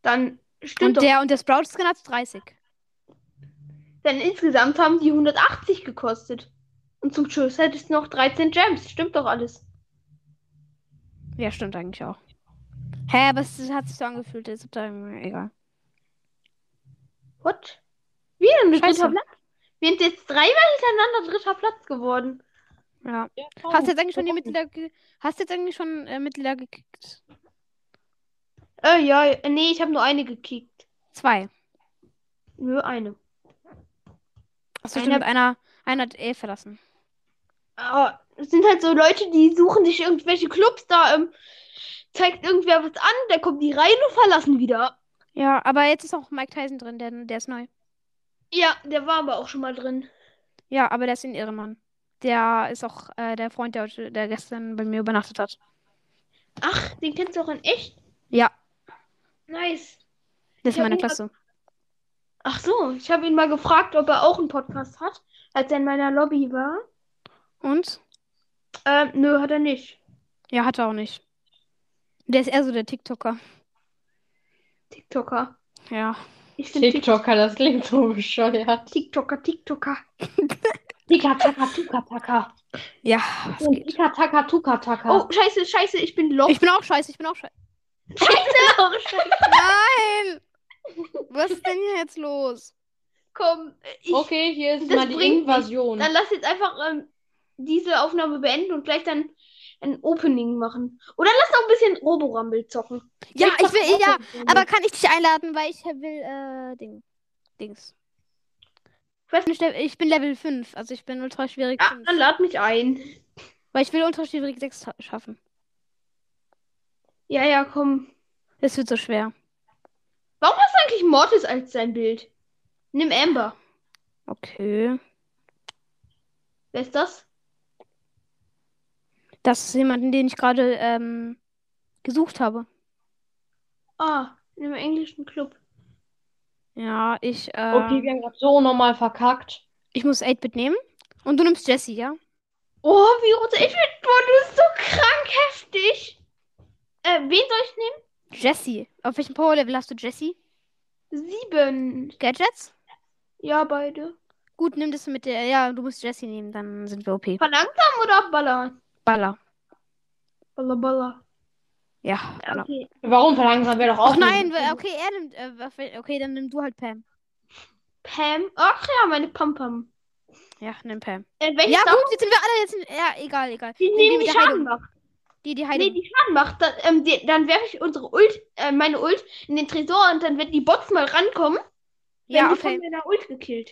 Speaker 1: Dann stimmt
Speaker 3: und
Speaker 1: doch.
Speaker 3: der und der Sprout-Skin hat 30.
Speaker 1: Denn insgesamt haben die 180 gekostet. Und zum Schluss hättest du noch 13 Gems. Stimmt doch alles.
Speaker 3: Ja, stimmt eigentlich auch. Hä, aber es hat sich so angefühlt, als ob da egal.
Speaker 1: What? Wieder ein
Speaker 3: Scheiße.
Speaker 1: dritter Platz? Wir sind jetzt dreimal hintereinander dritter Platz geworden.
Speaker 3: Ja.
Speaker 4: Ja,
Speaker 3: Hast du jetzt eigentlich schon die Mitglieder ge Hast du jetzt eigentlich schon äh, Mitglieder gekickt?
Speaker 1: Äh, ja, äh, nee, ich habe nur eine gekickt.
Speaker 3: Zwei.
Speaker 1: Nö, eine.
Speaker 3: Hast du
Speaker 1: Einer-
Speaker 3: stimmt, einer einer hat eh verlassen.
Speaker 1: Ah, Aber es sind halt so Leute, die suchen sich irgendwelche Clubs da. Ähm, zeigt irgendwer was an, dann kommen die rein und verlassen wieder.
Speaker 3: Ja, aber jetzt ist auch Mike Tyson drin, der, der ist neu.
Speaker 1: Ja, der war aber auch schon mal drin.
Speaker 3: Ja, aber der ist ein Irremann. Der ist auch äh, der Freund, der, heute- der gestern bei mir übernachtet hat.
Speaker 1: Ach, den kennst du auch in echt?
Speaker 3: Ja,
Speaker 1: Nice.
Speaker 3: der
Speaker 1: Ich
Speaker 3: ist in
Speaker 1: hab
Speaker 3: meiner
Speaker 1: ihn
Speaker 3: Klasse.
Speaker 1: Ach so, ich habe ihn mal gefragt, ob er auch einen Podcast hat, als er in meiner Lobby war.
Speaker 3: Und?
Speaker 1: Ähm, nö, hat er nicht.
Speaker 3: Ja, hat er auch nicht. Der ist eher so der TikToker.
Speaker 1: TikToker.
Speaker 3: Ja.
Speaker 1: Ich finde Tik
Speaker 4: TikToker, das klingt so bescheuert.
Speaker 1: TikToker, TikToker.
Speaker 4: Tika taka tuka taka.
Speaker 3: Ja, was geht?
Speaker 4: Tika taka tuka taka.
Speaker 1: Oh, scheiße, scheiße, ich bin Loch.
Speaker 3: Ich bin auch scheiße, ich bin auch scheiße.
Speaker 1: Oh, scheiße.
Speaker 3: Nein! Was ist denn hier jetzt los?
Speaker 1: Komm, ich,
Speaker 4: okay, hier ist
Speaker 1: das
Speaker 4: mal die
Speaker 1: bringt mich.
Speaker 4: Invasion.
Speaker 1: dann lass jetzt einfach ähm, diese Aufnahme beenden und gleich dann ein Opening machen. Oder lass noch ein bisschen Roborumble zocken.
Speaker 3: Ja, ich will, ja,
Speaker 4: Opening.
Speaker 3: aber kann ich dich einladen, weil ich will, äh, Ding. Dings. Ich weiß nicht, ich bin Level 5, also ich bin ultra schwierig
Speaker 1: Ja,
Speaker 3: 5.
Speaker 1: Ah, dann lad mich ein.
Speaker 3: Weil ich will ultra schwierig 6 ta- schaffen.
Speaker 1: Ja, ja, komm.
Speaker 3: Das wird so schwer.
Speaker 1: Warum hast du eigentlich Mortis als sein Bild? Nimm Amber.
Speaker 3: Okay.
Speaker 1: Wer ist das?
Speaker 3: Das ist jemanden, den ich gerade, ähm, gesucht habe.
Speaker 1: Ah, in einem englischen Club.
Speaker 3: Ja, ich, äh,
Speaker 4: Okay, wir haben gerade so nochmal verkackt.
Speaker 3: ich muss 8-Bit nehmen. Und du nimmst Jessie, ja?
Speaker 1: Oh, wie rot. Ich bin. Boah, du bist so krank heftig. Äh, wen soll
Speaker 3: Jessie. Auf welchem Power-Level hast du Jessie?
Speaker 1: ich nehmen? Sieben.
Speaker 3: Gadgets?
Speaker 1: Ja, beide.
Speaker 3: Gut, nimm das mit der, ja, du musst Jessie nehmen, dann sind wir OP.
Speaker 1: Verlangsamen oder ballern?
Speaker 3: Baller.
Speaker 1: Baller, baller.
Speaker 3: Ja, Baller.
Speaker 1: Okay.
Speaker 4: Warum verlangsamen wir doch auch
Speaker 3: Och nein,
Speaker 4: nicht?
Speaker 3: wer- okay, er nimmt. Äh, auf wel- okay, dann nimm du halt Pam.
Speaker 1: Pam. Ach ja, meine Pam-Pam.
Speaker 3: Ja, nimm Pam.
Speaker 1: Äh, welche
Speaker 3: Ja,
Speaker 1: Sau-
Speaker 3: gut, jetzt sind wir alle. Jetzt sind, ja, egal, egal.
Speaker 1: Die
Speaker 3: Nimm
Speaker 1: nehmen die
Speaker 3: mit der
Speaker 1: Schaden
Speaker 3: Heilung.
Speaker 1: macht.
Speaker 3: Die, die
Speaker 1: Nee,
Speaker 3: Heilung.
Speaker 1: die Schaden macht. Dann, ähm, die, dann werfe ich unsere Ult, äh, meine Ult in den Tresor und dann werden die Bots mal rankommen.
Speaker 3: ja,
Speaker 1: werden die
Speaker 3: okay.
Speaker 1: von meiner Ult gekillt.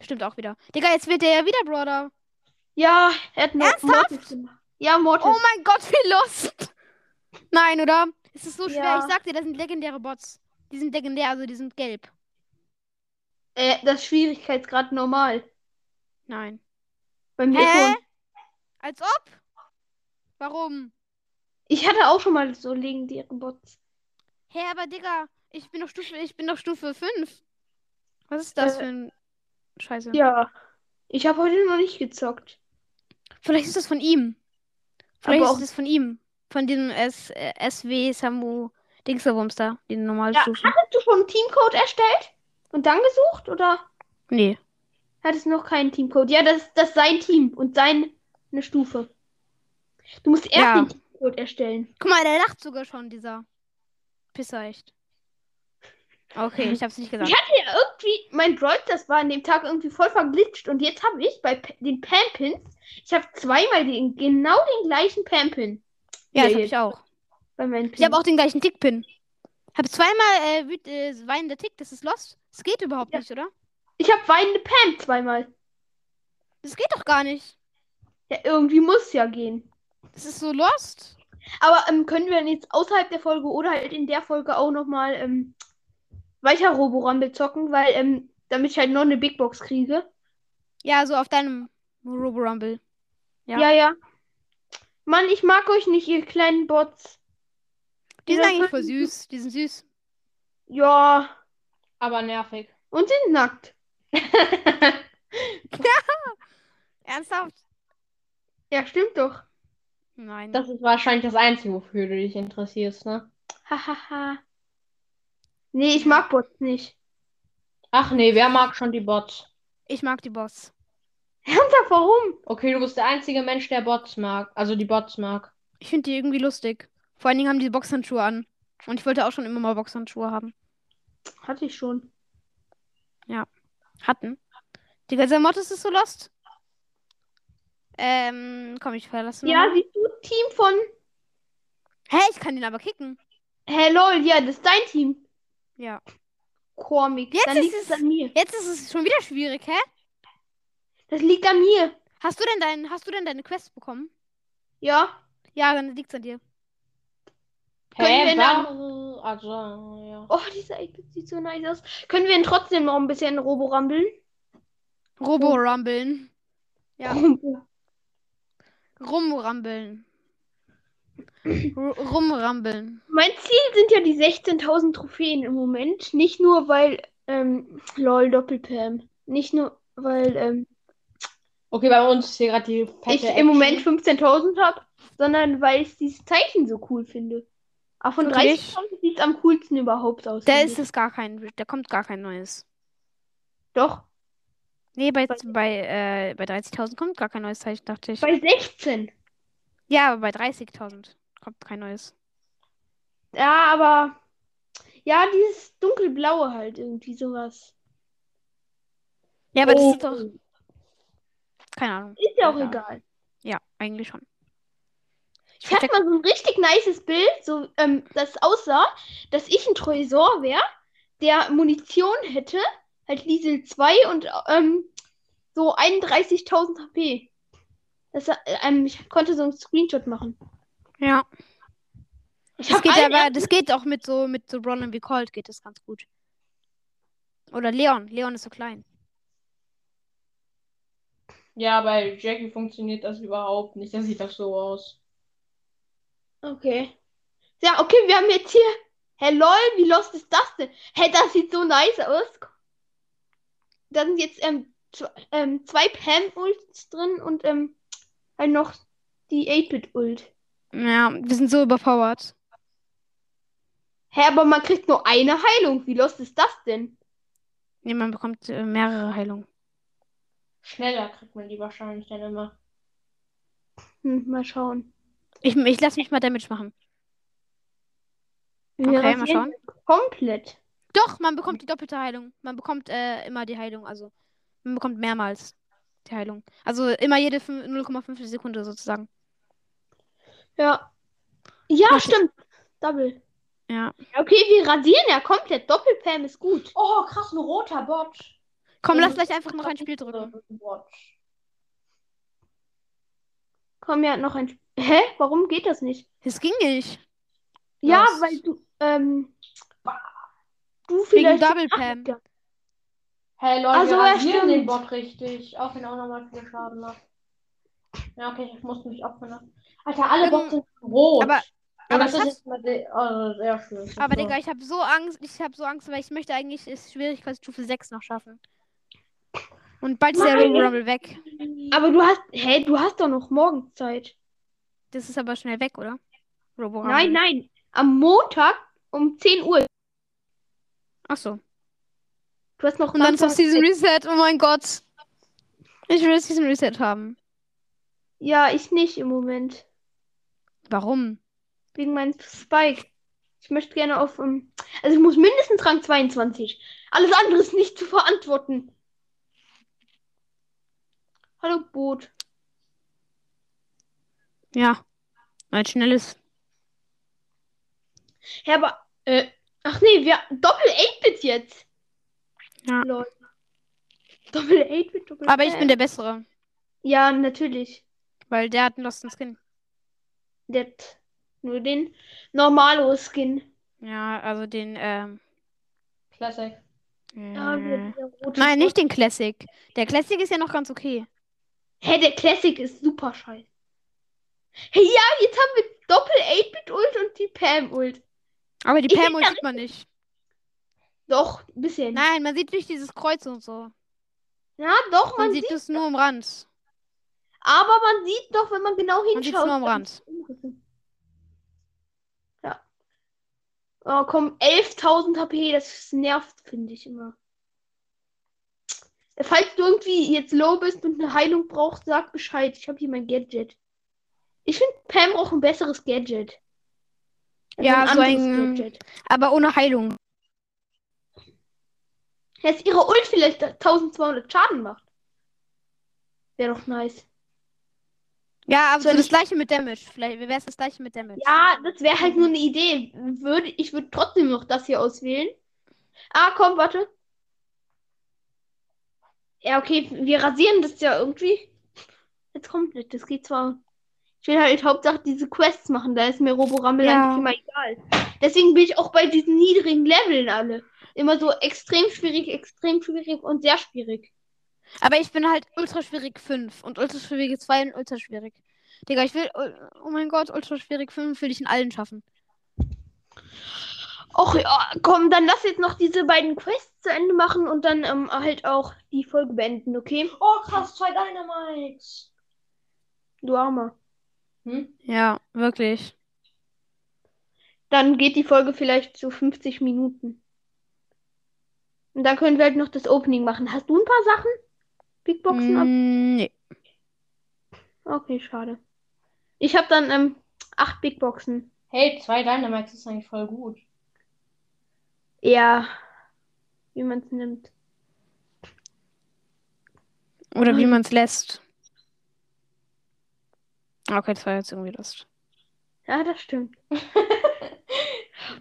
Speaker 3: Stimmt auch wieder. Digga, jetzt wird der ja wieder Brother.
Speaker 1: Ja, er hat Mo-
Speaker 3: Ernsthaft?
Speaker 1: Mortis gemacht. Ja, Mortis.
Speaker 3: Oh mein Gott, wie Lust. Nein, oder? Es ist so schwer.
Speaker 1: Ja.
Speaker 3: Ich sag dir, das sind legendäre Bots. Die sind legendär, also die sind gelb.
Speaker 1: äh, das ist Schwierigkeitsgrad normal.
Speaker 3: Nein.
Speaker 1: Bei mir
Speaker 3: Hä?
Speaker 1: schon.
Speaker 3: Als ob? Warum?
Speaker 1: Ich hatte auch schon mal so legendäre Bots.
Speaker 3: Hä, aber Digga, ich bin doch Stufe, ich bin doch Stufe 5. Was ist das
Speaker 1: Äh,
Speaker 3: für ein Scheiße?
Speaker 1: Ja. Ich habe heute noch nicht gezockt.
Speaker 3: Vielleicht ist das von ihm. Vielleicht
Speaker 1: Aber
Speaker 3: ist
Speaker 1: auch-
Speaker 3: das von ihm. Von dem S äh, SW Samu Dingsabums da, den normalen
Speaker 1: Ja,
Speaker 3: Stufen.
Speaker 1: Hast du schon einen Teamcode erstellt? Und dann gesucht? Oder
Speaker 3: Nee.
Speaker 1: hattest du noch keinen Teamcode? Ja, das, das ist sein Team und seine Stufe. Du musst erst
Speaker 3: Ja.
Speaker 1: den Teamcode erstellen.
Speaker 3: Guck mal, der lacht sogar schon, dieser Pisser echt. Okay, ich hab's nicht gesagt.
Speaker 1: Ich hatte ja irgendwie, mein Droid, das war an dem Tag irgendwie voll verglitscht. Und jetzt habe ich bei P- den Pampins, ich habe zweimal den, genau den gleichen Pampin. Ja,
Speaker 3: Ja, das hab
Speaker 1: jetzt.
Speaker 3: ich auch.
Speaker 1: Bei meinen Pins.
Speaker 3: Ich habe auch den gleichen Tickpin. Hab zweimal äh, wüt- äh, weinender Tick, das ist lost. Das geht überhaupt
Speaker 1: Ja.
Speaker 3: nicht, oder?
Speaker 1: Ich habe weinende Pam zweimal.
Speaker 3: Das geht doch gar nicht.
Speaker 1: Ja, irgendwie muss ja gehen.
Speaker 3: Das ist so lost.
Speaker 1: Aber ähm, können wir denn jetzt außerhalb der Folge oder halt in der Folge auch nochmal ähm, weiter Roborumble zocken, weil ähm, damit ich halt noch eine Big Box kriege.
Speaker 3: Ja, so auf deinem Roborumble. Ja.
Speaker 1: Ja. ja, Mann, ich mag euch nicht, ihr kleinen Bots.
Speaker 3: Die sind
Speaker 1: Ja,
Speaker 3: eigentlich voll
Speaker 1: das-
Speaker 3: süß. Die sind süß.
Speaker 1: Ja,
Speaker 4: Aber nervig.
Speaker 1: und sind nackt.
Speaker 3: Ernsthaft?
Speaker 1: Ja, stimmt doch.
Speaker 3: Nein.
Speaker 4: Das ist wahrscheinlich das Einzige, wofür du dich interessierst, ne?
Speaker 1: Hahaha. nee, ich mag Bots nicht.
Speaker 4: Ach nee, wer mag schon die Bots?
Speaker 3: Ich mag die Boss.
Speaker 1: Ernsthaft, warum?
Speaker 4: Okay, du bist der einzige Mensch, der Bots mag. Also die Bots mag.
Speaker 3: Ich finde die irgendwie lustig. Vor allen Dingen haben die Boxhandschuhe an. Und ich wollte auch schon immer mal Boxhandschuhe haben.
Speaker 1: Hatte ich schon.
Speaker 3: Hatten. Digga, dieser Mortis ist so lost. Ähm, komm, ich verlasse
Speaker 1: Ja,
Speaker 3: nochmal.
Speaker 1: siehst du, Team von.
Speaker 3: Hä, ich kann den aber kicken.
Speaker 1: Hey, lol, ja, das ist dein Team.
Speaker 3: Ja.
Speaker 1: Comic.
Speaker 3: Jetzt
Speaker 1: dann
Speaker 3: ist
Speaker 1: liegt es
Speaker 3: es-
Speaker 1: an mir.
Speaker 3: Jetzt ist es schon wieder schwierig, hä?
Speaker 1: Das liegt an mir.
Speaker 3: Hast du denn dein, hast du denn deine Quest bekommen?
Speaker 1: Ja.
Speaker 3: Ja, dann liegt's an dir.
Speaker 1: Können wir nach-
Speaker 4: warum- Also, ja.
Speaker 1: Oh, dieser Outfit sieht so nice aus. Können wir ihn trotzdem noch ein bisschen Robo rammeln?
Speaker 3: Robo-Rumbeln. Ja,
Speaker 1: Robo.
Speaker 3: rumrumbeln. Ru- Rumrumbeln.
Speaker 1: Mein Ziel sind ja die 16.000 Trophäen im Moment. Nicht nur, weil, ähm, lol, Doppelpam. Nicht nur, weil, ähm,
Speaker 4: Okay, bei uns ist hier gerade die fette
Speaker 1: ich im Moment 15.000 habe, sondern weil ich dieses Zeichen so cool finde. Aber von
Speaker 3: Okay.
Speaker 1: 30.000 sieht es am coolsten überhaupt aus.
Speaker 3: Da
Speaker 1: finde
Speaker 3: ist
Speaker 1: ich.
Speaker 3: es gar kein, da kommt gar kein neues.
Speaker 1: Doch,
Speaker 3: Nee, bei, bei, äh, bei 30.000 kommt gar kein neues Zeichen, dachte ich.
Speaker 1: bei 16.
Speaker 3: Ja, aber bei 30.000 kommt kein neues.
Speaker 1: Ja, aber, ja, dieses dunkelblaue halt irgendwie sowas.
Speaker 3: Ja, aber das
Speaker 1: Oh.
Speaker 3: ist doch, keine Ahnung.
Speaker 1: Ist ja auch
Speaker 3: Ja.
Speaker 1: egal.
Speaker 3: Ja, eigentlich schon.
Speaker 1: Ich hatte mal so ein richtig nices Bild, so, ähm, das aussah, dass ich ein Tresor wäre, der Munition hätte, halt Liesel 2 und ähm, so 31.000 HP. Das, äh, ähm, ich konnte so einen Screenshot machen.
Speaker 3: Ja.
Speaker 1: Ich
Speaker 3: Das
Speaker 1: hab
Speaker 3: geht
Speaker 1: allen
Speaker 3: aber, das geht auch mit so, mit so Ron und wie Cold geht das ganz gut. Oder Leon. Leon ist so klein.
Speaker 2: Ja, bei Jackie funktioniert das überhaupt nicht. Da sieht das so aus.
Speaker 1: Okay. Ja, okay, wir haben jetzt hier. Hä, lol, wie lost ist das denn? Hä, das sieht so nice aus. Da sind jetzt ähm, zw ähm, zwei Pam-Ults drin und ähm, halt noch die 8-Bit-Ult.
Speaker 3: Ja, wir sind so überpowered.
Speaker 1: Hä, aber man kriegt nur eine Heilung. Wie lost ist das denn?
Speaker 3: Nee, man bekommt äh, mehrere Heilungen.
Speaker 2: Schneller kriegt man die wahrscheinlich dann immer.
Speaker 1: Hm, mal schauen.
Speaker 3: Ich, ich lasse mich mal Damage machen.
Speaker 1: Wir
Speaker 3: Okay, mal
Speaker 1: rasieren
Speaker 3: schauen.
Speaker 1: Komplett.
Speaker 3: Doch, man bekommt die doppelte Heilung. Man bekommt äh, immer die Heilung, also man bekommt mehrmals die Heilung. Also immer jede fün- 0,5 Sekunde sozusagen.
Speaker 1: Ja. Ja,
Speaker 3: Was-
Speaker 1: stimmt. Double.
Speaker 3: Ja.
Speaker 1: Okay, wir rasieren ja komplett. Doppelpam ist gut.
Speaker 2: Oh, krass, ein roter Bot.
Speaker 3: Komm,
Speaker 2: Mhm.
Speaker 3: lass gleich einfach noch ein Spiel drücken.
Speaker 2: Bot.
Speaker 1: Komm, ja, noch ein. Sp- Hä? Warum geht das nicht?
Speaker 3: Es ging nicht.
Speaker 1: Ja,
Speaker 2: Was?
Speaker 1: weil du, ähm, du
Speaker 3: Wegen
Speaker 1: vielleicht.
Speaker 3: Double Pam.
Speaker 1: Ja.
Speaker 2: Hey Leute,
Speaker 1: Ach so,
Speaker 2: wir
Speaker 1: ja,
Speaker 2: rasieren den
Speaker 1: stimmt.
Speaker 2: Bot richtig. Auch wenn er auch nochmal viel Schaden macht. Ja, okay, ich muss mich opfern. Alter, alle
Speaker 3: Ähm,
Speaker 2: Bots sind rot.
Speaker 3: aber-
Speaker 2: Und
Speaker 3: aber
Speaker 2: das ist
Speaker 3: Schatz-
Speaker 2: jetzt mal se- also sehr schön. Das
Speaker 3: Aber
Speaker 2: ist so.
Speaker 3: Digga, ich habe so Angst, ich habe so Angst, weil ich möchte eigentlich ist Schwierigkeitsstufe 6 noch schaffen. Und bald ist der
Speaker 1: Nein.
Speaker 3: Ring Rumble weg.
Speaker 1: Aber du hast, hä, du hast doch noch morgen Zeit.
Speaker 3: Das ist aber schnell weg, oder? Robo
Speaker 1: Nein, nein, am Montag um 10 Uhr.
Speaker 3: Ach so.
Speaker 1: Du hast noch
Speaker 3: Und dann ist auch
Speaker 1: ganze-
Speaker 3: Season Reset. Oh mein Gott. Ich will Season Reset haben.
Speaker 1: Ja, ich nicht im Moment.
Speaker 3: Warum?
Speaker 1: Wegen meinem Spike. Ich möchte gerne auf, ähm, also ich muss mindestens Rang 22. Alles andere ist nicht zu verantworten. Hallo, Boot.
Speaker 3: Ja. Ein schnelles.
Speaker 1: Hä, aber, äh, ach nee, wir, Doppel-8-Bit jetzt.
Speaker 3: Ja.
Speaker 1: Lol. Doppel-8-Bit, Doppel-8-Bit.
Speaker 3: Aber ich bin der Bessere,
Speaker 1: Ja, natürlich.
Speaker 3: weil der hat einen Lost Skin.
Speaker 1: Der hat nur den Normalo-Skin.
Speaker 3: Ja, also den, ähm.
Speaker 2: Classic.
Speaker 1: Ja,
Speaker 3: äh,
Speaker 1: der, der rote
Speaker 3: Nein, nicht den Classic. Der Classic ist ja noch ganz okay.
Speaker 1: Hä, der Classic ist super scheiße. Hey, ja, jetzt haben wir Doppel-8-Bit-Ult und die Pam-Ult.
Speaker 3: Aber die
Speaker 1: Ich bin
Speaker 3: Permo
Speaker 1: ja
Speaker 3: sieht man nicht.
Speaker 1: Doch, ein bisschen.
Speaker 3: Nein, man sieht nicht dieses Kreuz und so.
Speaker 1: Ja, doch,
Speaker 3: Man
Speaker 1: man
Speaker 3: sieht
Speaker 1: sieht.
Speaker 3: es nur am Rand.
Speaker 1: Aber man sieht doch, wenn man genau
Speaker 3: Man sieht es
Speaker 1: hinschaut.
Speaker 3: nur am Rand.
Speaker 1: Ja. Oh, komm, 11.000 HP, das nervt, finde ich immer. Falls du irgendwie jetzt low bist und eine Heilung brauchst, sag Bescheid. Ich habe hier mein Gadget. Ich finde, Pam braucht ein besseres Gadget.
Speaker 3: Ja, so
Speaker 1: anderes
Speaker 3: ein-
Speaker 1: Gadget.
Speaker 3: Aber ohne Heilung.
Speaker 1: Dass ihre Ult vielleicht 1200 Schaden macht. Wäre doch nice.
Speaker 3: Ja, aber so
Speaker 1: Soll
Speaker 3: das
Speaker 1: ich-
Speaker 3: gleiche mit Damage. Vielleicht wäre es das gleiche mit Damage.
Speaker 1: Ja, das wäre halt nur eine Idee. Würde, ich würde trotzdem noch das hier auswählen. Ah, komm, warte. Ja, okay, wir rasieren das ja irgendwie. Jetzt kommt nicht, das geht zwar. will halt Hauptsache diese Quests machen. Da ist mir Roborammel
Speaker 3: Ja.
Speaker 1: eigentlich immer egal. Deswegen bin ich auch bei diesen niedrigen Leveln alle. Immer so extrem schwierig, extrem schwierig und sehr schwierig.
Speaker 3: Aber ich bin halt ultra schwierig 5 und ultra schwierig 2 und ultra schwierig. Digga, ich will. Oh mein Gott, ultra schwierig 5 will ich in allen schaffen.
Speaker 1: Och ja, komm, dann lass jetzt noch diese beiden Quests zu Ende machen und dann ähm, halt auch die Folge beenden, okay?
Speaker 2: Oh, krass, zwei Dynamites.
Speaker 1: Du Armer.
Speaker 2: Hm?
Speaker 3: Ja, wirklich.
Speaker 1: Dann geht die Folge vielleicht zu 50 Minuten. Und dann können wir halt noch das Opening machen. Hast du ein paar Sachen? Big Boxen ab?
Speaker 3: Mm, nee.
Speaker 1: Okay, schade. Ich habe dann ähm, acht Big Boxen.
Speaker 2: Hey, zwei Dynamites ist eigentlich voll gut.
Speaker 1: Ja, wie man es nimmt.
Speaker 3: Oder wie
Speaker 1: Nein.
Speaker 3: man es lässt. Okay, das war jetzt irgendwie Lust.
Speaker 1: Ja, das stimmt.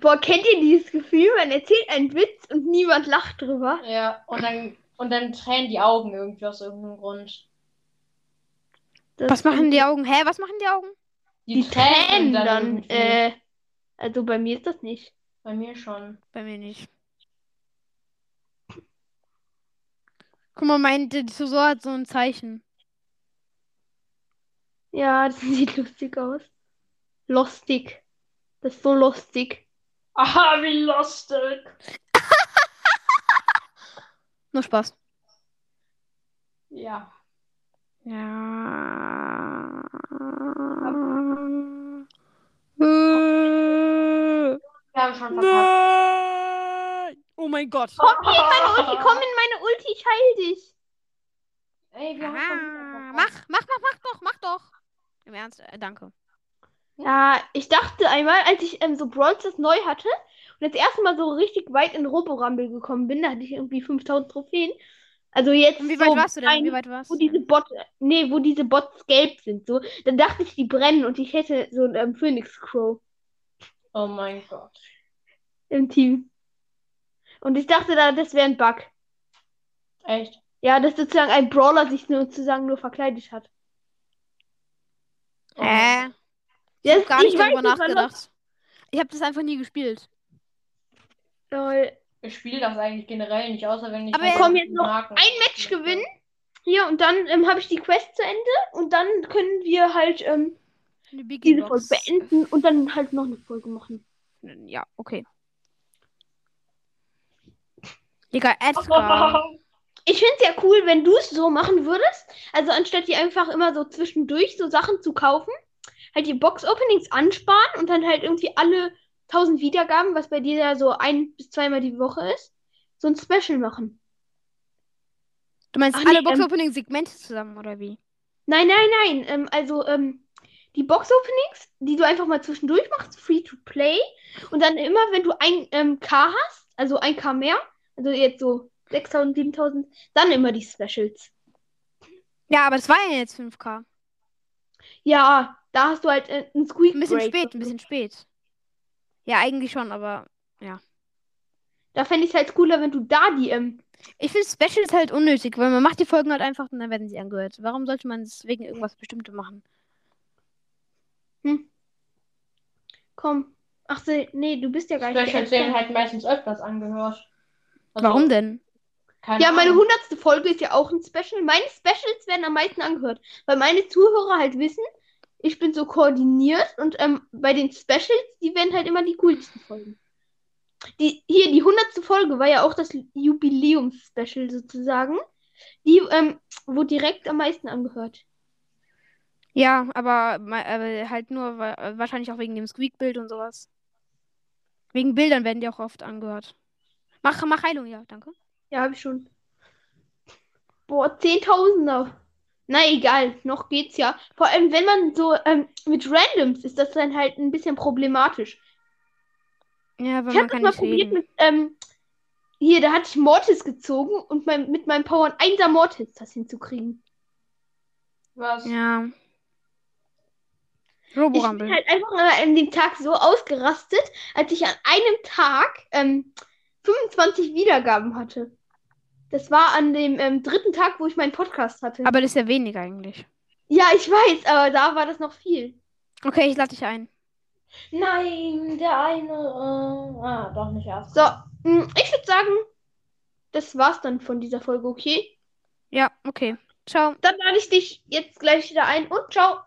Speaker 1: Boah, kennt ihr dieses Gefühl? Man erzählt einen Witz und niemand lacht drüber.
Speaker 2: Ja, und dann, und dann tränen die Augen irgendwie aus irgendeinem Grund.
Speaker 1: Das
Speaker 3: Was machen die Augen? Hä, was machen die Augen?
Speaker 2: Die,
Speaker 1: Die
Speaker 2: tränen
Speaker 1: Tränen dann,
Speaker 2: irgendwie.
Speaker 1: äh, also bei mir ist das nicht.
Speaker 2: Bei mir schon.
Speaker 3: Bei mir nicht. Guck mal, mein der Tresor hat so ein Zeichen.
Speaker 1: Ja, das sieht lustig aus. Lustig. Das ist so lustig.
Speaker 2: Aha, wie lustig.
Speaker 3: Nur Spaß.
Speaker 2: Ja.
Speaker 3: Ja.
Speaker 2: Wir haben schon verpasst.
Speaker 3: Nein! Oh mein Gott.
Speaker 1: Ulti, komm in meine Ulti, ich heil dich.
Speaker 2: Ey, wir haben schon wieder
Speaker 3: Ah,
Speaker 2: verpasst.
Speaker 3: mach, mach, mach, mach doch, mach doch. Im Ernst, äh, danke.
Speaker 1: Ja, ich dachte einmal, als ich ähm, so Brawl Stars neu hatte und das erste Mal so richtig weit in Roborumble gekommen bin, da hatte ich irgendwie 5000 Trophäen. Also jetzt
Speaker 3: Und wie
Speaker 1: so
Speaker 3: weit warst du denn?
Speaker 1: ein-
Speaker 3: Wie weit warst
Speaker 1: wo
Speaker 3: du?
Speaker 1: diese
Speaker 3: denn?
Speaker 1: Bot, nee, wo diese Bots gelb sind, so, dann dachte ich, die brennen und ich hätte so einen ähm, Phoenix Crow
Speaker 2: Oh mein Gott.
Speaker 1: im Team. Und ich dachte da, das wäre ein Bug.
Speaker 2: Echt?
Speaker 1: Ja, dass sozusagen ein Brawler sich nur- sozusagen nur verkleidet hat.
Speaker 2: Oh mein
Speaker 3: Äh, ich
Speaker 1: Das-
Speaker 3: hab gar
Speaker 1: ich
Speaker 3: nicht
Speaker 1: weiß
Speaker 3: darüber
Speaker 1: nicht, wann das-
Speaker 3: nachgedacht. Ich habe das einfach nie gespielt.
Speaker 1: Lol.
Speaker 2: Gott. Ich spiele das eigentlich generell nicht, außer wenn ich
Speaker 3: Aber
Speaker 2: mit
Speaker 3: wir kommen
Speaker 2: guten
Speaker 1: jetzt noch
Speaker 2: Marken
Speaker 1: ein Match gewinnen. Hier, und dann ähm, habe ich die Quest zu Ende und dann können wir halt ähm,
Speaker 3: Eine Biggie
Speaker 1: diese
Speaker 3: Box.
Speaker 1: Folge beenden und dann halt noch eine Folge machen.
Speaker 3: Ja, okay. Digga, Edgar.
Speaker 1: Ich finde es ja cool, wenn du es so machen würdest. Also anstatt dir einfach immer so zwischendurch so Sachen zu kaufen, halt die Box-Openings ansparen und dann halt irgendwie alle 1000 Wiedergaben, was bei dir ja so ein bis zweimal die Woche ist, so ein Special machen.
Speaker 3: Du meinst
Speaker 1: Ach nee,
Speaker 3: alle
Speaker 1: ähm,
Speaker 3: Box-Opening-Segmente zusammen, oder wie?
Speaker 1: Nein, nein, nein. Ähm, also ähm, die Box-Openings, die du einfach mal zwischendurch machst, free to play. Und dann immer, wenn du ein ähm, K hast, also ein K mehr, also jetzt so 6000, 7000, dann immer die Specials.
Speaker 3: Ja, aber es war ja jetzt 5K.
Speaker 1: Ja, da hast du halt äh, einen Squeak
Speaker 3: Ein bisschen
Speaker 1: Break.
Speaker 3: spät, ein bisschen spät. Ja, eigentlich schon, aber
Speaker 1: Da fände ich es halt cooler, wenn du da die ähm,
Speaker 3: ich finde Specials halt unnötig, weil man macht die Folgen halt einfach und dann werden sie angehört. Warum sollte man es wegen irgendwas Bestimmtes machen?
Speaker 1: komm. Ach so, nee, du bist ja gar nicht
Speaker 2: Specials werden halt meistens öfters angehört. Also,
Speaker 3: Warum denn?
Speaker 2: Keine
Speaker 1: Ja, meine
Speaker 2: Ahnung.
Speaker 1: hundertste Folge ist ja auch ein Special. Meine Specials werden am meisten angehört, weil meine Zuhörer halt wissen, ich bin so koordiniert und ähm, bei den Specials, die werden halt immer die coolsten Folgen. Die, hier, die hundertste Folge war ja auch das Jubiläums-Special sozusagen. Die ähm, wurde direkt am meisten angehört.
Speaker 3: Ja, aber, ma- aber halt nur wa- äh, wahrscheinlich auch wegen dem Squeak-Bild und sowas. Wegen Bildern werden die auch oft angehört. Mach, mach Heilung, ja, danke.
Speaker 1: Ja, habe ich schon. Boah, Zehntausender. Na egal, noch geht's ja. Vor allem, wenn man so ähm, mit Randoms ist, das dann halt ein bisschen problematisch.
Speaker 3: Ja, weil
Speaker 1: Ich
Speaker 3: man
Speaker 1: habe
Speaker 3: kann
Speaker 1: das mal
Speaker 3: nicht
Speaker 1: probiert
Speaker 3: reden.
Speaker 1: mit, ähm, hier, da hatte ich Mortis gezogen und mein, mit meinem Power ein einser Mortis das hinzukriegen.
Speaker 2: Was?
Speaker 3: Ja.
Speaker 1: Ich
Speaker 3: Roborumble.
Speaker 1: bin halt einfach an dem Tag so ausgerastet, als ich an einem Tag ähm, 25 Wiedergaben hatte. Das war an dem ähm, dritten Tag, wo ich meinen Podcast hatte.
Speaker 3: Aber das ist ja wenig eigentlich.
Speaker 1: Ja, ich weiß, aber da war das noch viel.
Speaker 3: Okay, ich lade dich ein.
Speaker 4: Nein, der eine. Äh, ah, doch nicht erst.
Speaker 1: So, mm, ich würde sagen, das war's dann von dieser Folge, okay?
Speaker 3: Ja, okay. Ciao.
Speaker 1: Dann lade ich dich jetzt gleich wieder ein und ciao.